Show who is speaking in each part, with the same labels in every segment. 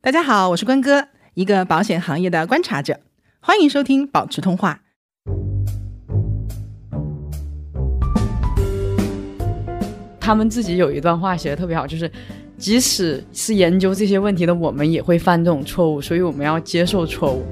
Speaker 1: 大家好，我是关哥，一个保险行业的观察者，欢迎收听保持通话。
Speaker 2: 他们自己有一段话写的特别好，就是即使是研究这些问题的我们，也会犯这种错误，所以我们要接受错误。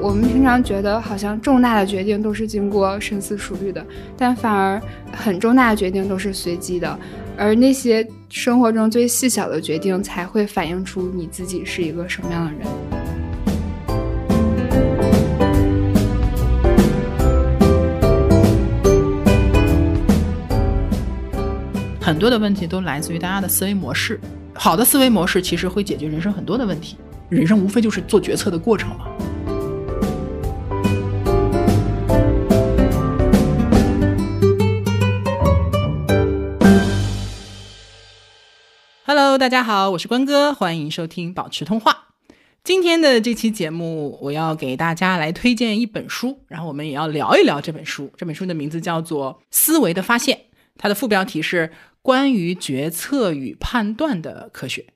Speaker 3: 我们平常觉得好像重大的决定都是经过深思熟虑的，但反而很重大的决定都是随机的，而那些生活中最细小的决定才会反映出你自己是一个什么样的人。
Speaker 4: 很多的问题都来自于大家的思维模式。好的思维模式其实会解决人生很多的问题，人生无非就是做决策的过程嘛。
Speaker 1: Hello，大家好，我是关哥，欢迎收听保持通话。今天的这期节目，我要给大家来推荐一本书，然后我们也要聊一聊这本书。这本书的名字叫做《思维的发现》，它的副标题是“关于决策与判断的科学”。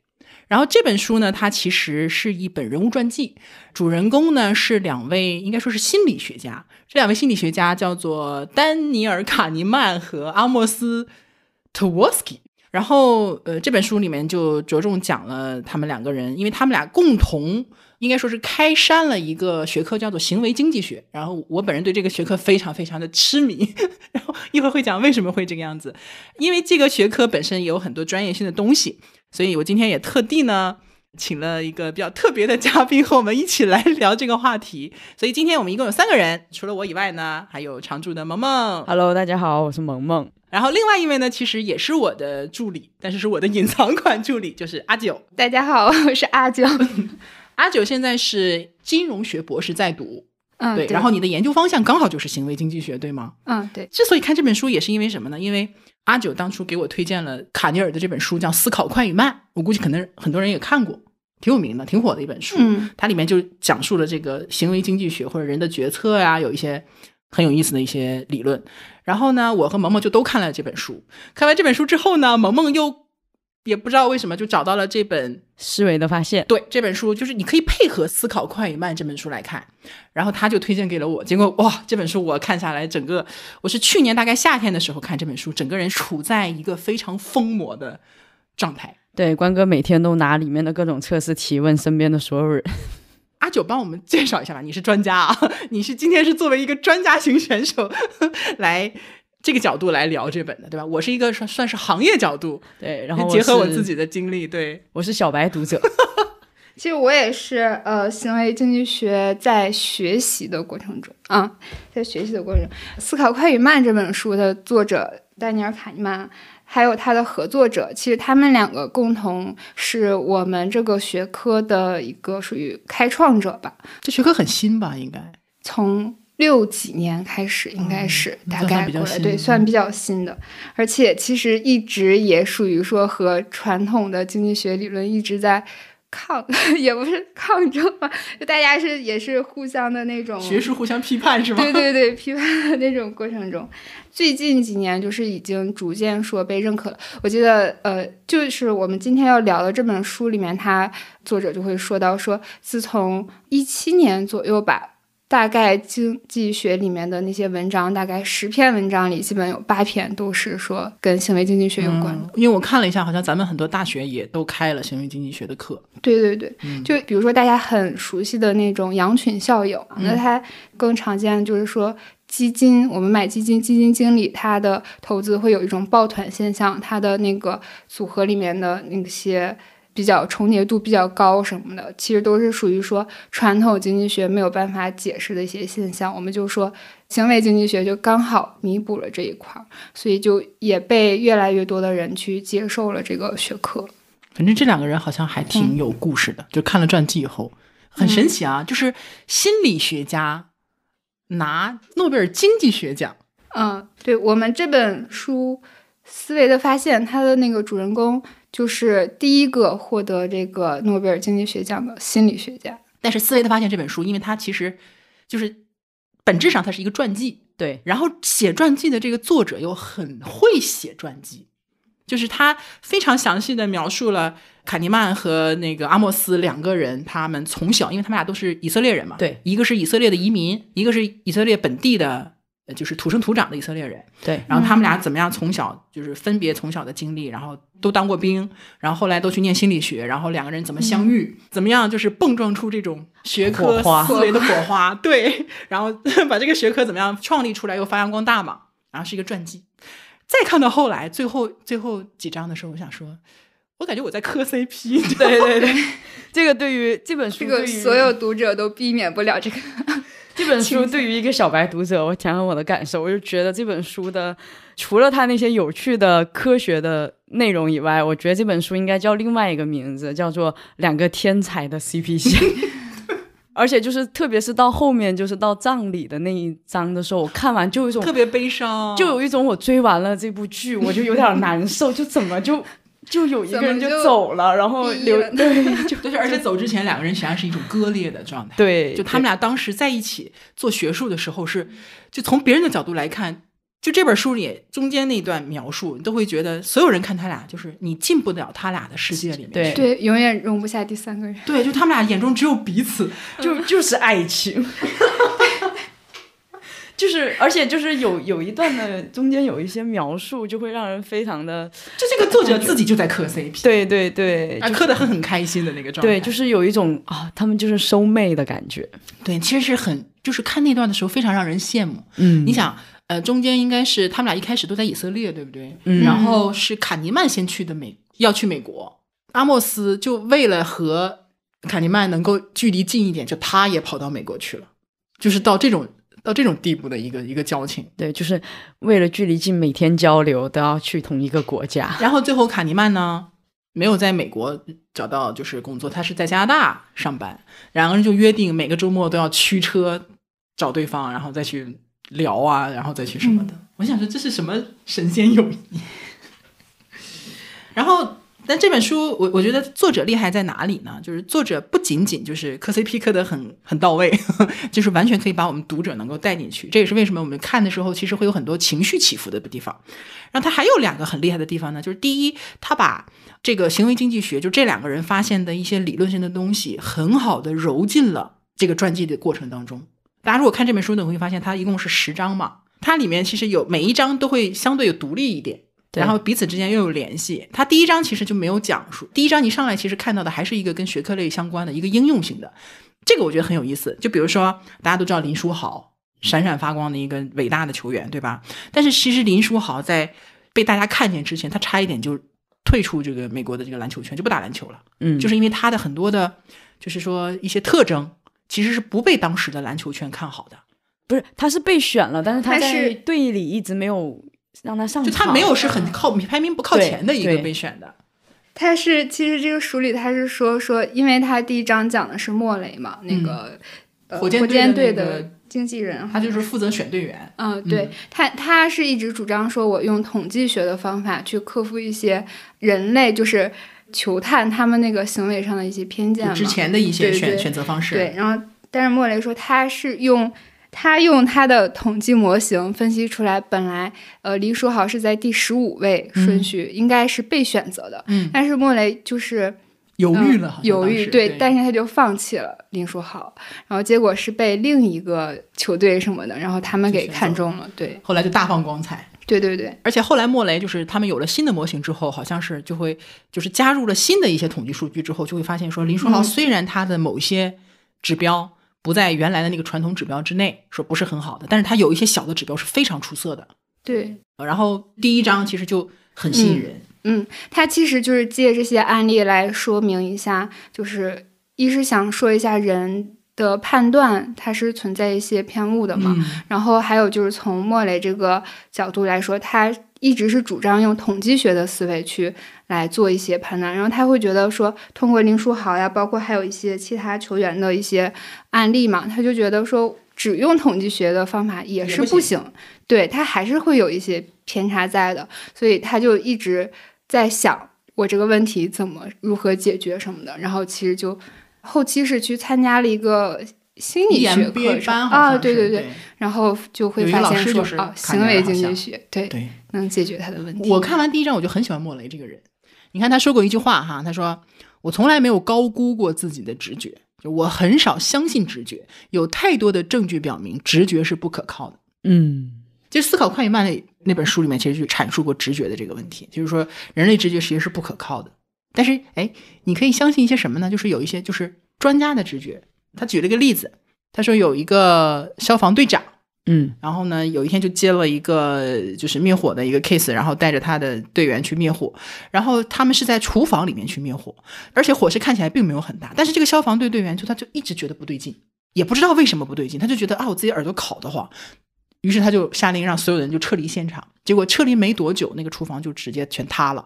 Speaker 1: 然后这本书呢，它其实是一本人物传记，主人公呢是两位应该说是心理学家，这两位心理学家叫做丹尼尔·卡尼曼和阿莫斯·图沃斯基。然后，呃，这本书里面就着重讲了他们两个人，因为他们俩共同应该说是开山了一个学科，叫做行为经济学。然后我本人对这个学科非常非常的痴迷， 然后一会儿会讲为什么会这个样子，因为这个学科本身也有很多专业性的东西，所以我今天也特地呢请了一个比较特别的嘉宾和我们一起来聊这个话题。所以今天我们一共有三个人，除了我以外呢，还有常驻的萌萌。
Speaker 2: Hello，大家好，我是萌萌。
Speaker 1: 然后另外一位呢，其实也是我的助理，但是是我的隐藏款助理，就是阿九。
Speaker 3: 大家好，我是阿九。
Speaker 1: 阿九现在是金融学博士在读，
Speaker 3: 嗯，
Speaker 1: 对。然后你的研究方向刚好就是行为经济学，对吗？
Speaker 3: 嗯，对，
Speaker 1: 之所以看这本书，也是因为什么呢？因为阿九当初给我推荐了卡尼尔的这本书，叫《思考快与慢》，我估计可能很多人也看过，挺有名的，挺火的一本书。
Speaker 3: 嗯，
Speaker 1: 它里面就讲述了这个行为经济学或者人的决策呀、有一些很有意思的一些理论。然后呢，我和萌萌就都看了这本书。看完这本书之后呢，萌萌又也不知道为什么就找到了这本
Speaker 2: 思维的发现，
Speaker 1: 对这本书，就是你可以配合《思考快与慢》这本书来看。然后他就推荐给了我，结果哇，这本书我看下来，整个我是去年大概夏天的时候看这本书，整个人处在一个非常疯魔的状态。
Speaker 2: 对关哥每天都拿里面的各种测试提问身边的所有人。
Speaker 1: 阿九帮我们介绍一下吧，你是专家啊， 你是今天是作为一个专家型选手 来这个角度来聊这本的，对吧？我是一个算算是行业角度，
Speaker 2: 对，然后
Speaker 1: 结合我
Speaker 2: 是
Speaker 1: 自，己的经历，对，
Speaker 2: 我是小白读 者。
Speaker 3: 其实我也是，呃，行为经济学在学习的过程中啊、在学习的过程中，《思考快与慢》这本书的作者丹尼尔·卡尼曼，还有他的合作者，其实他们两个共同是我们这个学科的一个属于开创者吧，
Speaker 1: 这学科很新吧？应该
Speaker 3: 从。六几年开始，应该是、
Speaker 1: 嗯
Speaker 3: 大
Speaker 1: 那算
Speaker 3: 概
Speaker 1: 比较
Speaker 3: 过来，
Speaker 1: 新
Speaker 3: 对，
Speaker 1: 的嗯
Speaker 3: 算比较新的，而且其实一直也属于说和传统的经济学理论一直在抗， 也不是抗争吧，就大家是也是互相的那种
Speaker 1: 学术互相批判是吗？
Speaker 3: 对对对，批判的那种过程中，最近几年就是已经逐渐说被认可了。我记得，呃，就是我们今天要聊的这本书里面，它作者就会说到说，自从一七年左右吧。大概经济学里面的那些文章，大概十篇文章里，基本有八篇都是说跟行为经济学有关的。
Speaker 1: 嗯因为我看了一下，好像咱们很多大学也都开了行为经济学的课。
Speaker 3: 对对对，
Speaker 1: 嗯
Speaker 3: 就比如说大家很熟悉的那种羊群效应，那它更常见的就是说基金，我们买基金，基金经理他的投资会有一种抱团现象，他的那个组合里面的那些。比较重叠度比较高什么的，其实都是属于说传统经济学没有办法解释的一些现象，我们就说行为经济学就刚好弥补了这一块儿，所以就也被越来越多的人去接受了这个学科。
Speaker 1: 反正这两个人好像还挺有故事的，就看了传记以后，很神奇啊！就是心理学家拿诺贝尔经济学奖，
Speaker 3: 嗯，对我们这本书《思维的发现》，它的那个主人公就是第一个获得这个诺贝尔经济学奖的心理学家。
Speaker 1: 但是《思维的发现》这本书，因为它其实就是本质上它是一个传记，
Speaker 2: 对，
Speaker 1: 然后写传记的这个作者又很会写传记，就是他非常详细的描述了卡尼曼和那个阿莫斯两个人，他们从小，因为他们俩都是以色列人嘛，
Speaker 2: 对，
Speaker 1: 一个是以色列的移民，一个是以色列本地的，呃就是土生土长的以色列人，
Speaker 2: 对，
Speaker 1: 然后他们俩怎么样从小就是分别从小的经历，然后都当过兵，然后后来都去念心理学，然后两个人怎么相遇，怎么样就是碰撞出这种学科
Speaker 2: 火花
Speaker 1: 思维的火花，对，然后 把这个学科怎么样创立出来又发扬光大嘛，然后是一个传记。再看到后来最后最后几章的时候，我想说，我感觉我在磕 CP，你知道吗
Speaker 2: 对对对， 这个对于这本书，
Speaker 3: 这个所有读者都避免不了这个。
Speaker 2: 这本书对于一个小白读者，我讲讲我的感受，我就觉得这本书的除了它那些有趣的科学的内容以外，我觉得这本书应该叫另外一个名字，叫做《两个天才的 CP 线》。而且就是，特别是到后面，就是到葬礼的那一章的时候，我看完就有一种
Speaker 1: 特别悲伤，
Speaker 2: 就有一种我追完了这部剧，我就有点难受，就怎么就就有一个人
Speaker 3: 怎么就
Speaker 2: 走了，然
Speaker 1: 哦
Speaker 2: 后
Speaker 3: 毕业
Speaker 2: 留
Speaker 3: 了
Speaker 2: 对就
Speaker 1: 就是而且走之前两个人实际上是一种割裂的状 态。
Speaker 2: 对，
Speaker 1: 就他们俩当时在一起做学术的时候是，就从别人的角度来看，就这本书里中间那一段描述，你都会觉得所有人看他俩，就是你进不了他俩的世界里面。
Speaker 2: 对
Speaker 3: 对，永远容不下第三个人。
Speaker 1: 对，就他们俩眼中只有彼此。
Speaker 2: 就就是爱情， 就是而且就是有有一段的中间有一些描述，就会让人非常的
Speaker 1: 就这个作者自己就在磕 CP，，
Speaker 2: 对对对。
Speaker 1: 啊，磕的很很开心的那个状态。
Speaker 2: 对，就是有一种啊，他们就是收妹的感觉。
Speaker 1: 对，其实是很，就是看那段的时候非常让人羡慕。
Speaker 2: 嗯
Speaker 1: 你想，呃，中间应该是他们俩一开始都在以色列，对不对？
Speaker 2: 嗯
Speaker 1: 然后是卡尼曼先去的美，要去美国，阿莫斯就为了和卡尼曼能够距离近一点，就他也跑到美国去了，就是到这种到这种地步的一个一个交情。
Speaker 2: 对，就是为了距离近，每天交流都要去同一个国家。
Speaker 1: 然后最后卡尼曼呢，没有在美国找到就是工作，他是在加拿大上班，两个人就约定每个周末都要驱车找对方，然后再去聊啊，然后再去什么的。我想说这是什么神仙友谊？ 然后。但这本书，我我觉得作者厉害在哪里呢？就是作者不仅仅就是磕 CP 磕的很 很到位，就是完全可以把我们读者能够带进去。这也是为什么我们看的时候其实会有很多情绪起伏的地方。然后他还有两个很厉害的地方呢，就是第一，他把这个行为经济学，就这两个人发现的一些理论性的东西，很好的揉进了这个传记的过程当中。大家如果看这本书呢，你会发现它一共是十章嘛，它里面其实有每一章都会相对有独立一点。
Speaker 2: 对
Speaker 1: 然后彼此之间又有联系。它第一章其实就没有讲述，第一章一上来其实看到的还是一个跟学科类相关的一个应用型的，这个我觉得很有意思。就比如说大家都知道林书豪，闪闪发光的一个伟大的球员，对吧？但是其实林书豪在被大家看见之前，他差一点就退出这个美国的这个篮球圈，就不打篮球了，
Speaker 2: 嗯，
Speaker 1: 就是因为他的很多的，就是说一些特征，其实是不被当时的篮球圈看好的。
Speaker 2: 不是他是被选了，但是他
Speaker 3: 他
Speaker 2: 在
Speaker 3: 是
Speaker 2: 队里一直没有让他上
Speaker 3: 嗯
Speaker 1: 就
Speaker 2: 场，
Speaker 1: 他没有是很靠排名不靠
Speaker 2: 对
Speaker 1: 前的一个
Speaker 2: 对
Speaker 1: 被选的，
Speaker 3: 他是其实这个书里他是说说，因为他第一章讲的是莫雷嘛，那个、呃
Speaker 1: 嗯火箭
Speaker 3: 火
Speaker 1: 队的
Speaker 3: 箭
Speaker 1: 那
Speaker 3: 队
Speaker 1: 个
Speaker 3: 的经纪人，
Speaker 1: 他就是负责选队员。
Speaker 3: 嗯、对他他是一直主张说我用统计学的方法去克服一些人类就是球探他们那个行为上的一些偏见
Speaker 1: 就
Speaker 3: 嘛，
Speaker 1: 之前的一些
Speaker 3: 对
Speaker 1: 选
Speaker 3: 对
Speaker 1: 选择方式。
Speaker 3: 对，然后但是莫雷说他是用他用他的统计模型分析出来，本来呃黎书豪是在第十五位顺序，应该是被选择的，
Speaker 1: 嗯，
Speaker 3: 但是莫雷就是
Speaker 1: 犹
Speaker 3: 嗯
Speaker 1: 豫了，好像
Speaker 3: 犹
Speaker 1: 当
Speaker 3: 豫
Speaker 1: 时
Speaker 3: 对
Speaker 1: 对，，
Speaker 3: 但是他就放弃了林书豪，然后结果是被另一个球队什么的，然后他们
Speaker 1: 就
Speaker 3: 给
Speaker 1: 选
Speaker 3: 看
Speaker 1: 走
Speaker 3: 中了，对
Speaker 1: 后来就大放光彩。
Speaker 3: 对对对，
Speaker 1: 而且后来莫雷就是他们有了新的模型之后，好像是就会就是加入了新的一些统计数据之后，就会发现说林书豪
Speaker 3: 嗯
Speaker 1: 虽然他的某一些指标不在原来的那个传统指标之内，说不是很好的，但是他有一些小的指标是非常出色的。
Speaker 3: 对，
Speaker 1: 呃然后第一章其实就很吸引
Speaker 3: 嗯
Speaker 1: 人，
Speaker 3: 嗯，他其实就是借这些案例来说明一下，就是一是想说一下人的判断它是存在一些偏误的嘛，
Speaker 1: 嗯
Speaker 3: 然后还有就是从莫雷这个角度来说，他一直是主张用统计学的思维去来做一些判断，然后他会觉得说，通过林书豪呀，包括还有一些其他球员的一些案例嘛，他就觉得说，只用统计学的方法也是
Speaker 1: 不
Speaker 3: 不行，对他还是会有一些偏差在的，所以他就一直在想我这个问题怎么如何解决什么的，然后其实就后期是去参加了一个心
Speaker 1: ，E
Speaker 3: 理学课
Speaker 1: EMBA
Speaker 3: 程
Speaker 1: 班好像
Speaker 3: 啊，
Speaker 1: 是
Speaker 3: 对对
Speaker 1: 对
Speaker 3: 对，然后就会
Speaker 1: 有一个
Speaker 3: 发
Speaker 1: 老
Speaker 3: 现
Speaker 1: 师
Speaker 3: 说
Speaker 1: 就是
Speaker 3: 啊，
Speaker 1: 卡
Speaker 3: 行
Speaker 1: 尼
Speaker 3: 为
Speaker 1: 拉好
Speaker 3: 经济
Speaker 1: 像
Speaker 3: 学对
Speaker 1: 对
Speaker 3: 能解决他的问题。
Speaker 1: 我看完第一章我就很喜欢莫雷这个人。你看他说过一句话哈，他说我从来没有高估过自己的直觉，就我很少相信直觉，有太多的证据表明直觉是不可靠的。
Speaker 2: 嗯，
Speaker 1: 其实《思考快与慢》那那本书里面其实就阐述过直觉的这个问题，就是说人类直觉其实是不可靠的。但是，哎，你可以相信一些什么呢？就是有一些就是专家的直觉。他举了个例子，他说有一个消防队长，
Speaker 2: 嗯，
Speaker 1: 然后呢，有一天就接了一个就是灭火的一个 case，然后带着他的队员去灭火，然后他们是在厨房里面去灭火，而且火势看起来并没有很大，但是这个消防队队员就他就一直觉得不对劲，也不知道为什么不对劲，他就觉得啊我自己耳朵烤得慌，于是他就下令让所有人就撤离现场，结果撤离没多久，那个厨房就直接全塌了，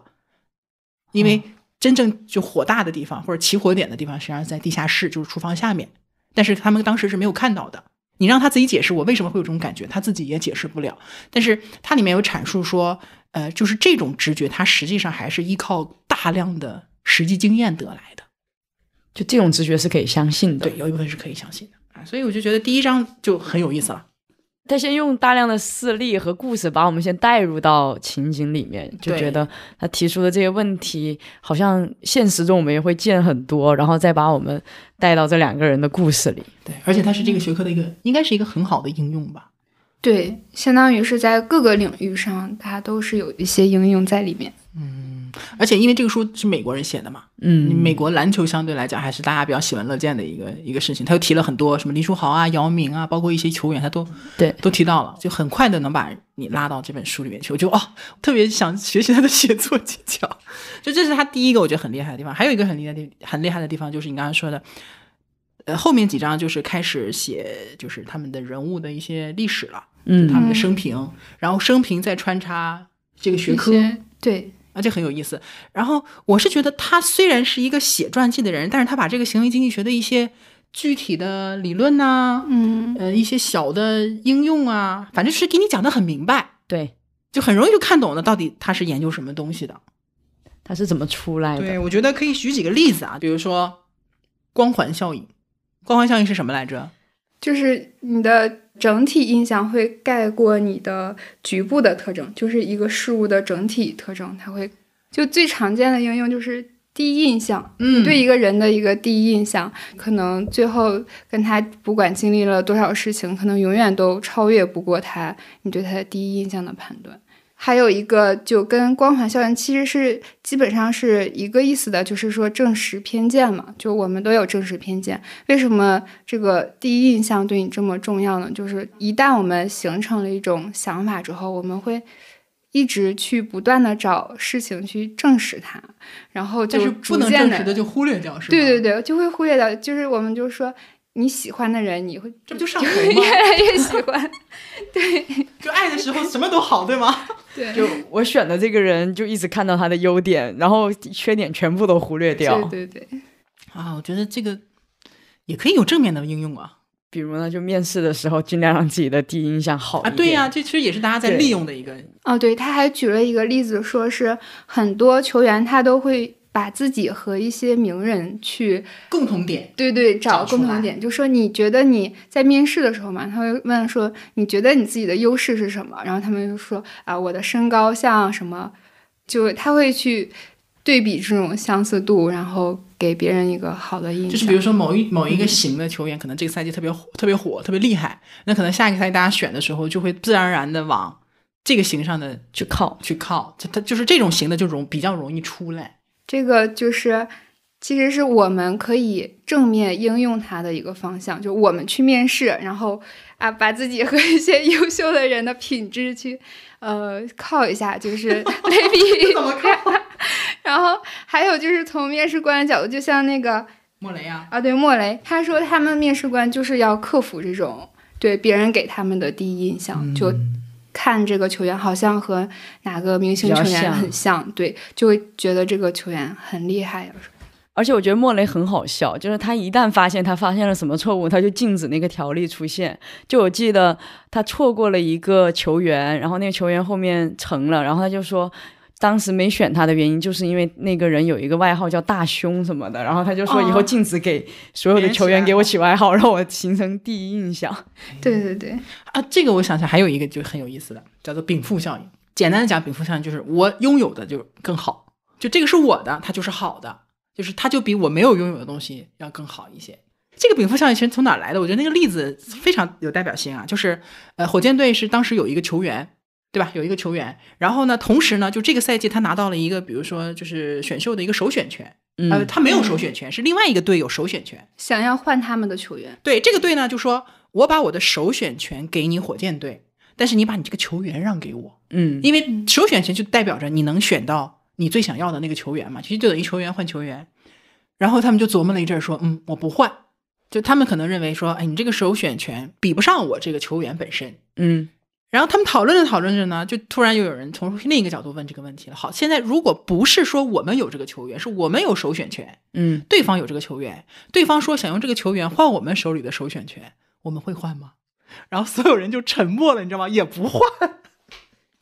Speaker 1: 因为真正就火大的地方或者起火点的地方实际上是在地下室，就是厨房下面，但是他们当时是没有看到的。你让他自己解释我为什么会有这种感觉，他自己也解释不了。但是它里面有阐述说，呃，就是这种直觉，它实际上还是依靠大量的实际经验得来的。
Speaker 2: 就这种直觉是可以相信的。
Speaker 1: 对，，有一部分是可以相信的啊，所以我就觉得第一章就很有意思了。
Speaker 2: 他先用大量的事例和故事把我们先带入到情景里面，就
Speaker 1: 对
Speaker 2: 觉得他提出的这些问题，好像现实中我们也会见很多，然后再把我们带到这两个人的故事里。
Speaker 1: 对，而且它是这个学科的一个，应该是一个很好的应用吧。
Speaker 3: 对，相当于是在各个领域上，它都是有一些应用在里面。
Speaker 1: 而且因为这个书是美国人写的嘛，
Speaker 2: 嗯，
Speaker 1: 美国篮球相对来讲还是大家比较喜闻乐见的一个一个事情。他又提了很多什么林书豪啊、姚明啊，包括一些球员，他都
Speaker 2: 对
Speaker 1: 都提到了，就很快的能把你拉到这本书里面去。我就哦，特别想学习他的写作技巧，就这是他第一个我觉得很厉害的地方。还有一个很厉害的地很厉害的地方就是你刚刚说的。呃，后面几章就是开始写，就是他们的人物的一些历史了，他
Speaker 2: 嗯
Speaker 1: 们的生平，然后生平再穿插这个学
Speaker 3: 一
Speaker 1: 科，
Speaker 3: 些对，
Speaker 1: 啊，这很有意思。然后我是觉得他虽然是一个写传记的人，但是他把这个行为经济学的一些具体的理论呐、
Speaker 3: 嗯，
Speaker 1: 呃，一些小的应用啊，反正是给你讲的很明白，
Speaker 2: 对，
Speaker 1: 就很容易就看懂了到底他是研究什么东西的。
Speaker 2: 他是怎么出
Speaker 3: 嗯
Speaker 2: 来的？
Speaker 1: 对，我觉得可以举几个例子啊，比如说光环效应。光环效应是什么来着？
Speaker 3: 就是你的整体印象会盖过你的局部的特征，就是一个事物的整体特征，它会就最常见的应用就是第一印象，
Speaker 1: 嗯
Speaker 3: 对，一个人的一个第一印象，可能最后跟他不管经历了多少事情，可能永远都超越不过他你对他的第一印象的判断。还有一个就跟光环效应其实是基本上是一个意思的，就是说证实偏见嘛，就我们都有证实偏见。为什么这个第一印象对你这么重要呢？就是一旦我们形成了一种想法之后，我们会一直去不断的找事情去证实它，然后
Speaker 1: 但
Speaker 3: 就是
Speaker 1: 不
Speaker 3: 逐
Speaker 1: 能
Speaker 3: 渐
Speaker 1: 证
Speaker 3: 的
Speaker 1: 实的就忽略掉，是吧？
Speaker 3: 对对，对，就会忽略掉，就是我们就说你喜欢的人，你会
Speaker 1: 这不就上头
Speaker 3: 会
Speaker 1: 吗？
Speaker 3: 越来越喜欢。
Speaker 1: 就爱的时候什么都好，对吗？
Speaker 3: 对，
Speaker 2: 就我选的这个人，就一直看到他的优点，然后缺点全部都忽略掉。
Speaker 3: 对对对，
Speaker 1: 啊，我觉得这个也可以有正面的应用啊。
Speaker 2: 比如呢，就面试的时候尽量让自己的第一印象好一
Speaker 1: 啊，
Speaker 2: 点
Speaker 1: 对呀、这其实也是大家在
Speaker 2: 对
Speaker 1: 利用的一个，
Speaker 3: 哦对，他还举了一个例子，说是很多球员他都会把自己和一些名人去
Speaker 1: 共同点。
Speaker 3: 对对找
Speaker 1: 找出
Speaker 3: 共同
Speaker 1: 来
Speaker 3: 点，就说你觉得你在面试的时候嘛，他会问说你觉得你自己的优势是什么，然后他们就说啊我的身高像什么，就他会去对比这种相似度，然后给别人一个好的印象。
Speaker 1: 就是比如说某一某一个型的球员，可能这个赛季特别火特别火，特别厉害，那可能下一个赛季大家选的时候，就会自然而然的往这个型上的
Speaker 2: 去靠。
Speaker 1: 去靠，就他就是这种型的就容比较容易出来。
Speaker 3: 这个就是，其实是我们可以正面应用它的一个方向，就我们去面试，然后啊，把自己和一些优秀的人的品质去呃靠一下，就是 类比。
Speaker 1: 么靠？
Speaker 3: 然后还有就是从面试官的角度，就像那个
Speaker 1: 莫雷啊，
Speaker 3: 啊，对莫雷，他说他们面试官就是要克服这种对别人给他们的第一印象，就看这个球员好像和哪个明星
Speaker 2: 比
Speaker 3: 球
Speaker 2: 较
Speaker 3: 员
Speaker 2: 像
Speaker 3: 很像，对，就会觉得这个球员很厉害啊呀。
Speaker 2: 而且我觉得莫雷很好笑，就是他一旦发现他发现了什么错误，他就禁止那个条例出现。就我记得他错过了一个球员，然后那个球员后面成了，然后他就说。当时没选他的原因，就是因为那个人有一个外号叫大胸什么的，然后他就说以后禁止给所有的球员给我起外号，让我形成第一印象。
Speaker 3: 对对对，
Speaker 1: 啊，这个我想起来还有一个就很有意思的，叫做禀赋效应。简单的讲，禀赋效应就是我拥有的就更好，就这个是我的，它就是好的，就是它就比我没有拥有的东西要更好一些。这个禀赋效应其实从哪儿来的？我觉得那个例子非常有代表性啊，就是呃，火箭队是当时有一个球员，对吧？有一个球员，然后呢，同时呢，就这个赛季他拿到了一个，比如说就是选秀的一个首选权，呃，
Speaker 2: 嗯，
Speaker 1: 他没有首选权，是另外一个队有首选权。
Speaker 3: 想要换他们的球员，
Speaker 1: 对这个队呢，就说我把我的首选权给你火箭队，但是你把你这个球员让给我，
Speaker 2: 嗯，
Speaker 1: 因为首选权就代表着你能选到你最想要的那个球员嘛，其实就等于球员换球员。然后他们就琢磨了一阵儿，说，嗯，我不换。就他们可能认为说，哎，你这个首选权比不上我这个球员本身。
Speaker 2: 嗯，
Speaker 1: 然后他们讨论着讨论着呢，就突然又有人从另一个角度问这个问题了。好，现在如果不是说我们有这个球员，是我们有首选权，
Speaker 2: 嗯，
Speaker 1: 对方有这个球员，对方说想用这个球员换我们手里的首选权，我们会换吗？然后所有人就沉默了，你知道吗？也不换，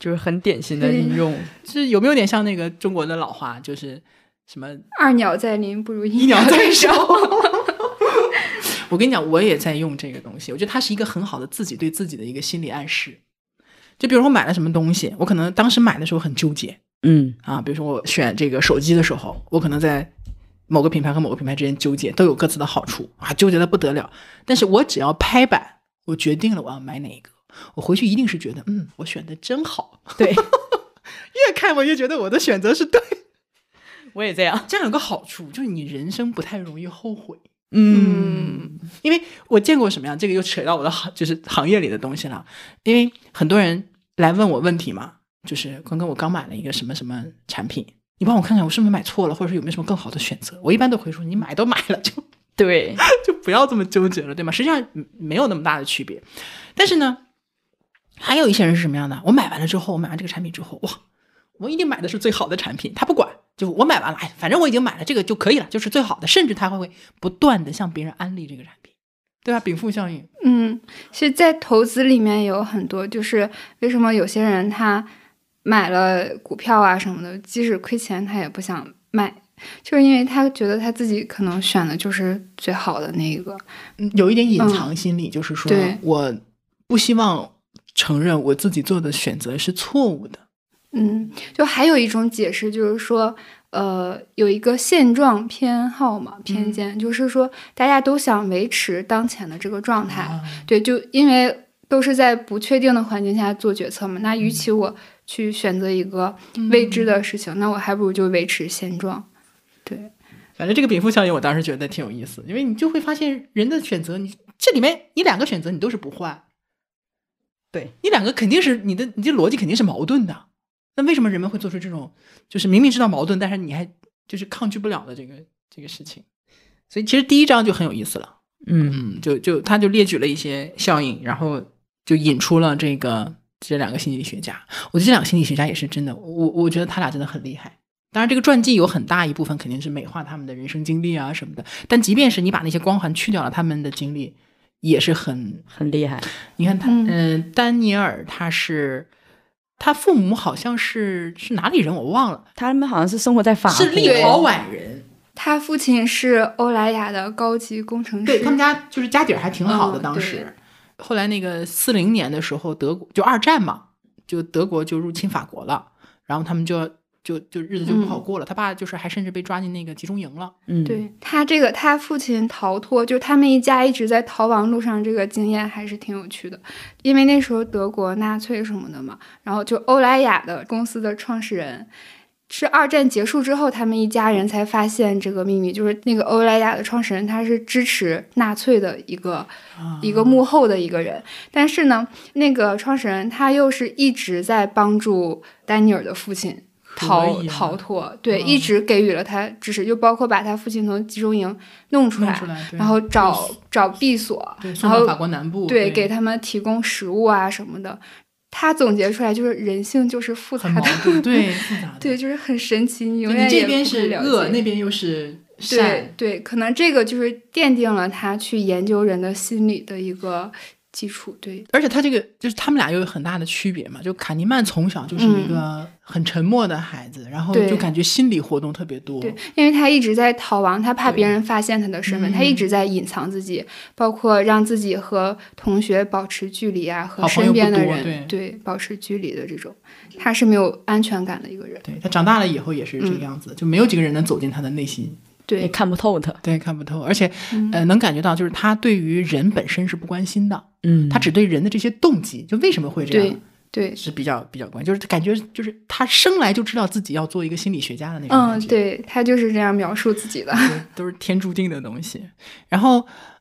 Speaker 2: 就是很典型的应用。
Speaker 1: 就是有没有点像那个中国的老话，就是什么
Speaker 3: 二鸟在林不如一
Speaker 1: 一鸟在
Speaker 3: 手
Speaker 1: 手。我跟你讲，我也在用这个东西，我觉得它是一个很好的自己对自己的一个心理暗示。就比如说我买了什么东西，我可能当时买的时候很纠结
Speaker 2: 嗯
Speaker 1: 啊，比如说我选这个手机的时候，我可能在某个品牌和某个品牌之间纠结，都有各自的好处啊，纠结的不得了。但是我只要拍板，我决定了我要买哪一个，我回去一定是觉得，嗯，我选的真好。
Speaker 2: 对，
Speaker 1: 越看我越觉得我的选择是对的。
Speaker 2: 我也这样。
Speaker 1: 这样有个好处，就是你人生不太容易后悔。
Speaker 2: 嗯
Speaker 3: 嗯，
Speaker 1: 因为我见过什么样，这个又扯到我的行，就是行业里的东西了。因为很多人来问我问题嘛，就是坤哥，我刚买了一个什么什么产品，你帮我看看我是不是买错了，或者是有没有什么更好的选择？我一般都会说，你买都买了，就
Speaker 2: 对，
Speaker 1: 就不要这么纠结了，对吗？实际上嗯没有那么大的区别。但是呢，还有一些人是什么样的？我买完了之后，我买完这个产品之后，哇，我一定买的是最好的产品，他不管，就我买完了，哎，反正我已经买了这个就可以了，就是最好的，甚至他会会不断的向别人安利这个产品，对吧？禀赋效应，
Speaker 3: 嗯，其实，在投资里面也有很多，就是为什么有些人他买了股票啊什么的，即使亏钱他也不想卖，就是因为他觉得他自己可能选的就是最好的那一个。
Speaker 1: 嗯有一点隐藏心理，就是说
Speaker 3: 对
Speaker 1: 我不希望承认我自己做的选择是错误的。
Speaker 3: 嗯，就还有一种解释就是说，呃，有一个现状偏好嘛，偏
Speaker 1: 嗯
Speaker 3: 见，就是说大家都想维持当前的这个状态，
Speaker 1: 啊
Speaker 3: 对，就因为都是在不确定的环境下做决策嘛。那与
Speaker 1: 嗯
Speaker 3: 其我去选择一个未知的事情，那我还不如就维持现状。对，
Speaker 1: 反正这个禀赋效应，我当时觉得挺有意思，因为你就会发现人的选择，你这里面你两个选择你都是不换，
Speaker 2: 对
Speaker 1: 你两个肯定是你的你这逻辑肯定是矛盾的。那为什么人们会做出这种就是明明知道矛盾，但是你还就是抗拒不了的这个这个事情？所以其实第一章就很有意思了，
Speaker 2: 嗯
Speaker 1: 嗯，就就他就列举了一些效应，然后就引出了这个这两个心理学家。我觉得这两个心理学家也是真的，我我觉得他俩真的很厉害。当然，这个传记有很大一部分肯定是美化他们的人生经历啊什么的，但即便是你把那些光环去掉了，他们的经历也是很……
Speaker 2: 很厉害。
Speaker 1: 你看他，嗯、
Speaker 3: 嗯
Speaker 1: 丹尼尔他是他父母好像是是哪里人我忘了，啊
Speaker 2: 他们好像是生活在法
Speaker 1: 是
Speaker 2: 国，
Speaker 1: 立陶宛人，
Speaker 3: 他父亲是欧莱雅的高级工程师，
Speaker 1: 对他们家就是家底儿还挺好的，
Speaker 3: 嗯
Speaker 1: 当
Speaker 3: 对
Speaker 1: 时。后来那个四零年的时候，德国就二战嘛，就德国就入侵法国了，然后他们就就就日子就不好
Speaker 3: 嗯
Speaker 1: 过了。他爸就是还甚至被抓进那个集中营了。
Speaker 2: 嗯，
Speaker 3: 对他这个，他父亲逃脱，就是他们一家一直在逃亡路上，这个经验还是挺有趣的。因为那时候德国纳粹什么的嘛，然后就欧莱雅的公司的创始人，是二战结束之后，他们一家人才发现这个秘密，就是那个欧莱雅的创始人他是支持纳粹的一个、
Speaker 1: 啊
Speaker 3: 一个幕后的一个人，但是呢，那个创始人他又是一直在帮助丹尼尔的父亲。逃
Speaker 1: 可以啊
Speaker 3: 逃脱，对，一直给予了他支持，就包括把他父亲从集中营弄出来，
Speaker 1: 弄出来对
Speaker 3: 然后找找闭锁，
Speaker 1: 对，送
Speaker 3: 然
Speaker 1: 到
Speaker 3: 后
Speaker 1: 法国南部，
Speaker 3: 对给他们提供食物啊什么的。他总结出来就是人性就是复 杂
Speaker 1: 很矛
Speaker 3: 的，
Speaker 1: 盾，对，复杂 的。
Speaker 3: 对，就是很神奇，你
Speaker 1: 就
Speaker 3: 永
Speaker 1: 你
Speaker 3: 远
Speaker 1: 这
Speaker 3: 也
Speaker 1: 边
Speaker 3: 不会
Speaker 1: 是
Speaker 3: 了
Speaker 1: 恶，
Speaker 3: 解
Speaker 1: 那边又是
Speaker 3: 对
Speaker 1: 善，
Speaker 3: 对，可能这个就是奠定了他去研究人的心理的一个基础，对，
Speaker 1: 而且他这个就是他们俩又有很大的区别嘛，就卡尼曼从小就是一个很沉默的孩子，然
Speaker 3: 嗯
Speaker 1: 后
Speaker 3: 对
Speaker 1: 就感觉心理活动特别多，
Speaker 3: 对，因为他一直在逃亡，他怕别人发现他的身份，他一直
Speaker 1: 嗯
Speaker 3: 在隐藏自己，包括让自己和同学保持距离啊，和
Speaker 1: 好朋
Speaker 3: 身
Speaker 1: 友不
Speaker 3: 边的
Speaker 1: 多
Speaker 3: 人保持距离的这种，他是没有安全感的一个人。
Speaker 1: 对他长大了以后也是这个
Speaker 3: 嗯
Speaker 1: 样子的，就没有几个人能走进他的内心，
Speaker 2: 也
Speaker 3: 对，
Speaker 2: 看不透他。
Speaker 1: 对，看不透，而且、
Speaker 3: 嗯
Speaker 1: 呃能感觉到就是他对于人本身是不关心的，
Speaker 2: 嗯
Speaker 1: 他只对人的这些动机，就为什么会这样
Speaker 3: 对。对，
Speaker 1: 是比较比较关，就是感觉就是他生来就知道自己要做一个心理学家的那
Speaker 3: 嗯
Speaker 1: 种感，觉，
Speaker 3: 对他就是这样描述自己的。
Speaker 1: 对，都是天注定的东西。然后，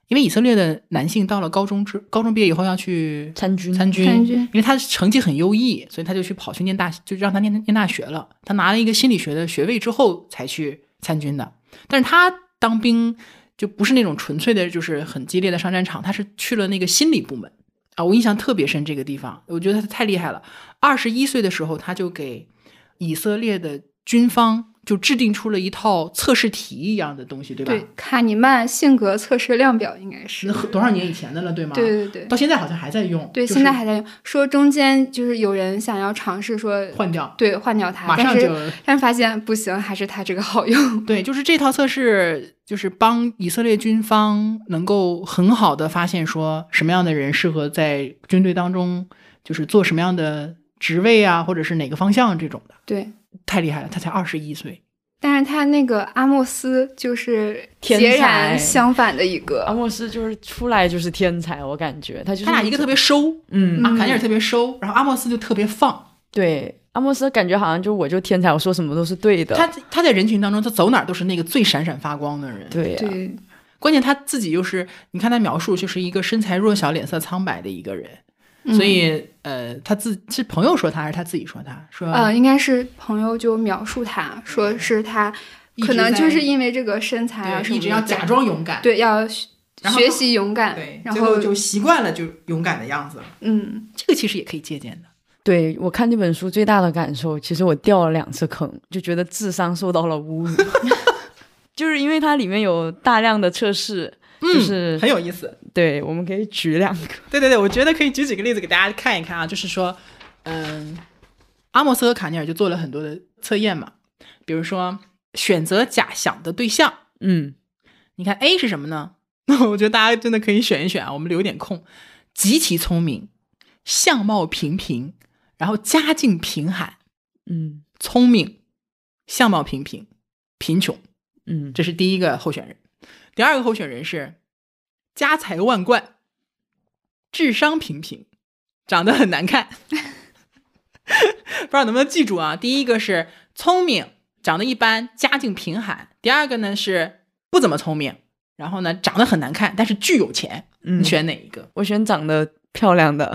Speaker 1: 因为以色列的男性到了高中之高中毕业以后要去
Speaker 2: 参军，
Speaker 1: 参军，
Speaker 3: 嗯参军
Speaker 1: 因为他成绩很优异，所以他就去跑去念大，就让他念念大学了。他拿了一个心理学的学位之后才去参军的，但是他当兵就不是那种纯粹的，就是很激烈的上战场，他是去了那个心理部门啊。我印象特别深这个地方，我觉得他太厉害了。二十一岁的时候，他就给以色列的军方就制定出了一套测试题一样的东西，对吧？
Speaker 3: 对，卡尼曼性格测试量表应该是
Speaker 1: 那，多少年以前的了，对吗？
Speaker 3: 对对对
Speaker 1: 到现在好像还在用，
Speaker 3: 对，
Speaker 1: 就是
Speaker 3: 现在还在用。说中间就是有人想要尝试说
Speaker 1: 换掉，
Speaker 3: 对换掉他，
Speaker 1: 马上
Speaker 3: 但
Speaker 1: 就是
Speaker 3: 但是发现不行，还是他这个好
Speaker 2: 嗯
Speaker 3: 用。
Speaker 1: 对，就是这套测试，就是帮以色列军方能够很好的发现说什么样的人适合在军队当中，就是做什么样的职位啊，或者是哪个方向这种的，
Speaker 3: 对，
Speaker 1: 太厉害了，他才二十一岁，
Speaker 3: 但是他那个阿莫斯就是
Speaker 2: 天
Speaker 3: 截
Speaker 2: 才
Speaker 3: 然相反的一
Speaker 2: 阿
Speaker 1: 哦
Speaker 3: 个，
Speaker 2: 莫斯就是出来就是天才，我感觉他就是
Speaker 1: 他俩一个特别收，
Speaker 2: 嗯，
Speaker 1: 啊，卡尼尔特别收，然后阿莫斯就特别放，
Speaker 2: 对，阿莫斯感觉好像就我就天才，我说什么都是对的。
Speaker 1: 他他在人群当中，他走哪儿都是那个最闪闪发光的人，
Speaker 2: 对啊呀、
Speaker 3: 对
Speaker 1: 关键他自己又是，你看他描述就是一个身材弱小、脸色苍白的一个人，
Speaker 2: 嗯
Speaker 1: 所以呃，他自是朋友说他还是他自己说他说
Speaker 3: 呃，应该是朋友就描述他说是他
Speaker 1: 一，直
Speaker 3: 可能
Speaker 1: 在
Speaker 3: 就是因为这个身材啊
Speaker 1: 对，
Speaker 3: 什么
Speaker 1: 一
Speaker 3: 的
Speaker 1: 直要假装勇敢，
Speaker 3: 对要学
Speaker 1: 然后
Speaker 3: 学习勇敢，然
Speaker 1: 最
Speaker 3: 后
Speaker 1: 就习惯了就勇敢的样子了。
Speaker 3: 嗯
Speaker 1: 这个其实也可以借鉴的。
Speaker 2: 对我看这本书最大的感受，其实我掉了两次坑，就觉得智商受到了侮 辱，就是因为它里面有大量的测试，就是、
Speaker 1: 嗯很有意思，
Speaker 2: 对，我们可以举两个。
Speaker 1: 对对对，我觉得可以举几个例子给大家看一看啊，就是说，嗯，阿莫斯和卡尼尔就做了很多的测验嘛，比如说选择假想的对象，
Speaker 2: 嗯，
Speaker 1: 你看 A 是什么呢？ 那我觉得大家真的可以选一选啊，我们留点空。极其聪明，相貌平平，然后家境贫寒，
Speaker 2: 嗯
Speaker 1: 聪明，相貌平平，贫穷，
Speaker 2: 嗯，
Speaker 1: 这是第一个候选人。第二个候选人是家财万贯，智商平平，长得很难看。 不知道能不能记住啊？第一个是聪明，长得一般，家境贫寒；第二个呢是不怎么聪明，然后呢长得很难看，但是巨有钱。
Speaker 2: 嗯
Speaker 1: 你选哪一个？
Speaker 2: 我选长得漂亮 的，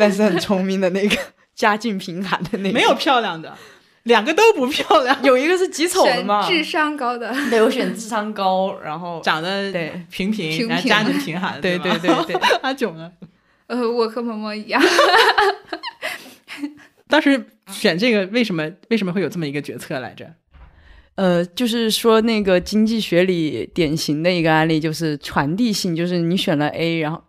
Speaker 2: 但是很聪明的那个，家境贫寒的那个。
Speaker 1: 没有，漂亮的，两个都不漂亮，
Speaker 2: 有一个是极丑的
Speaker 3: 选
Speaker 2: 嘛。
Speaker 3: 智商高的，
Speaker 2: 对，我选智商高，然后
Speaker 1: 长得
Speaker 2: 对啊
Speaker 1: 平平，
Speaker 3: 平
Speaker 1: 然后
Speaker 3: 平
Speaker 1: 家境贫寒。
Speaker 2: 对
Speaker 1: 对吧
Speaker 2: 对对对，
Speaker 1: 阿炯呢？
Speaker 3: 呃，我和萌萌一样，
Speaker 1: 当时选这个为什么为什么会有这么一个决策来着？
Speaker 2: 呃，就是说那个经济学里典型的一个案例就是传递性，就是你选了 A，然后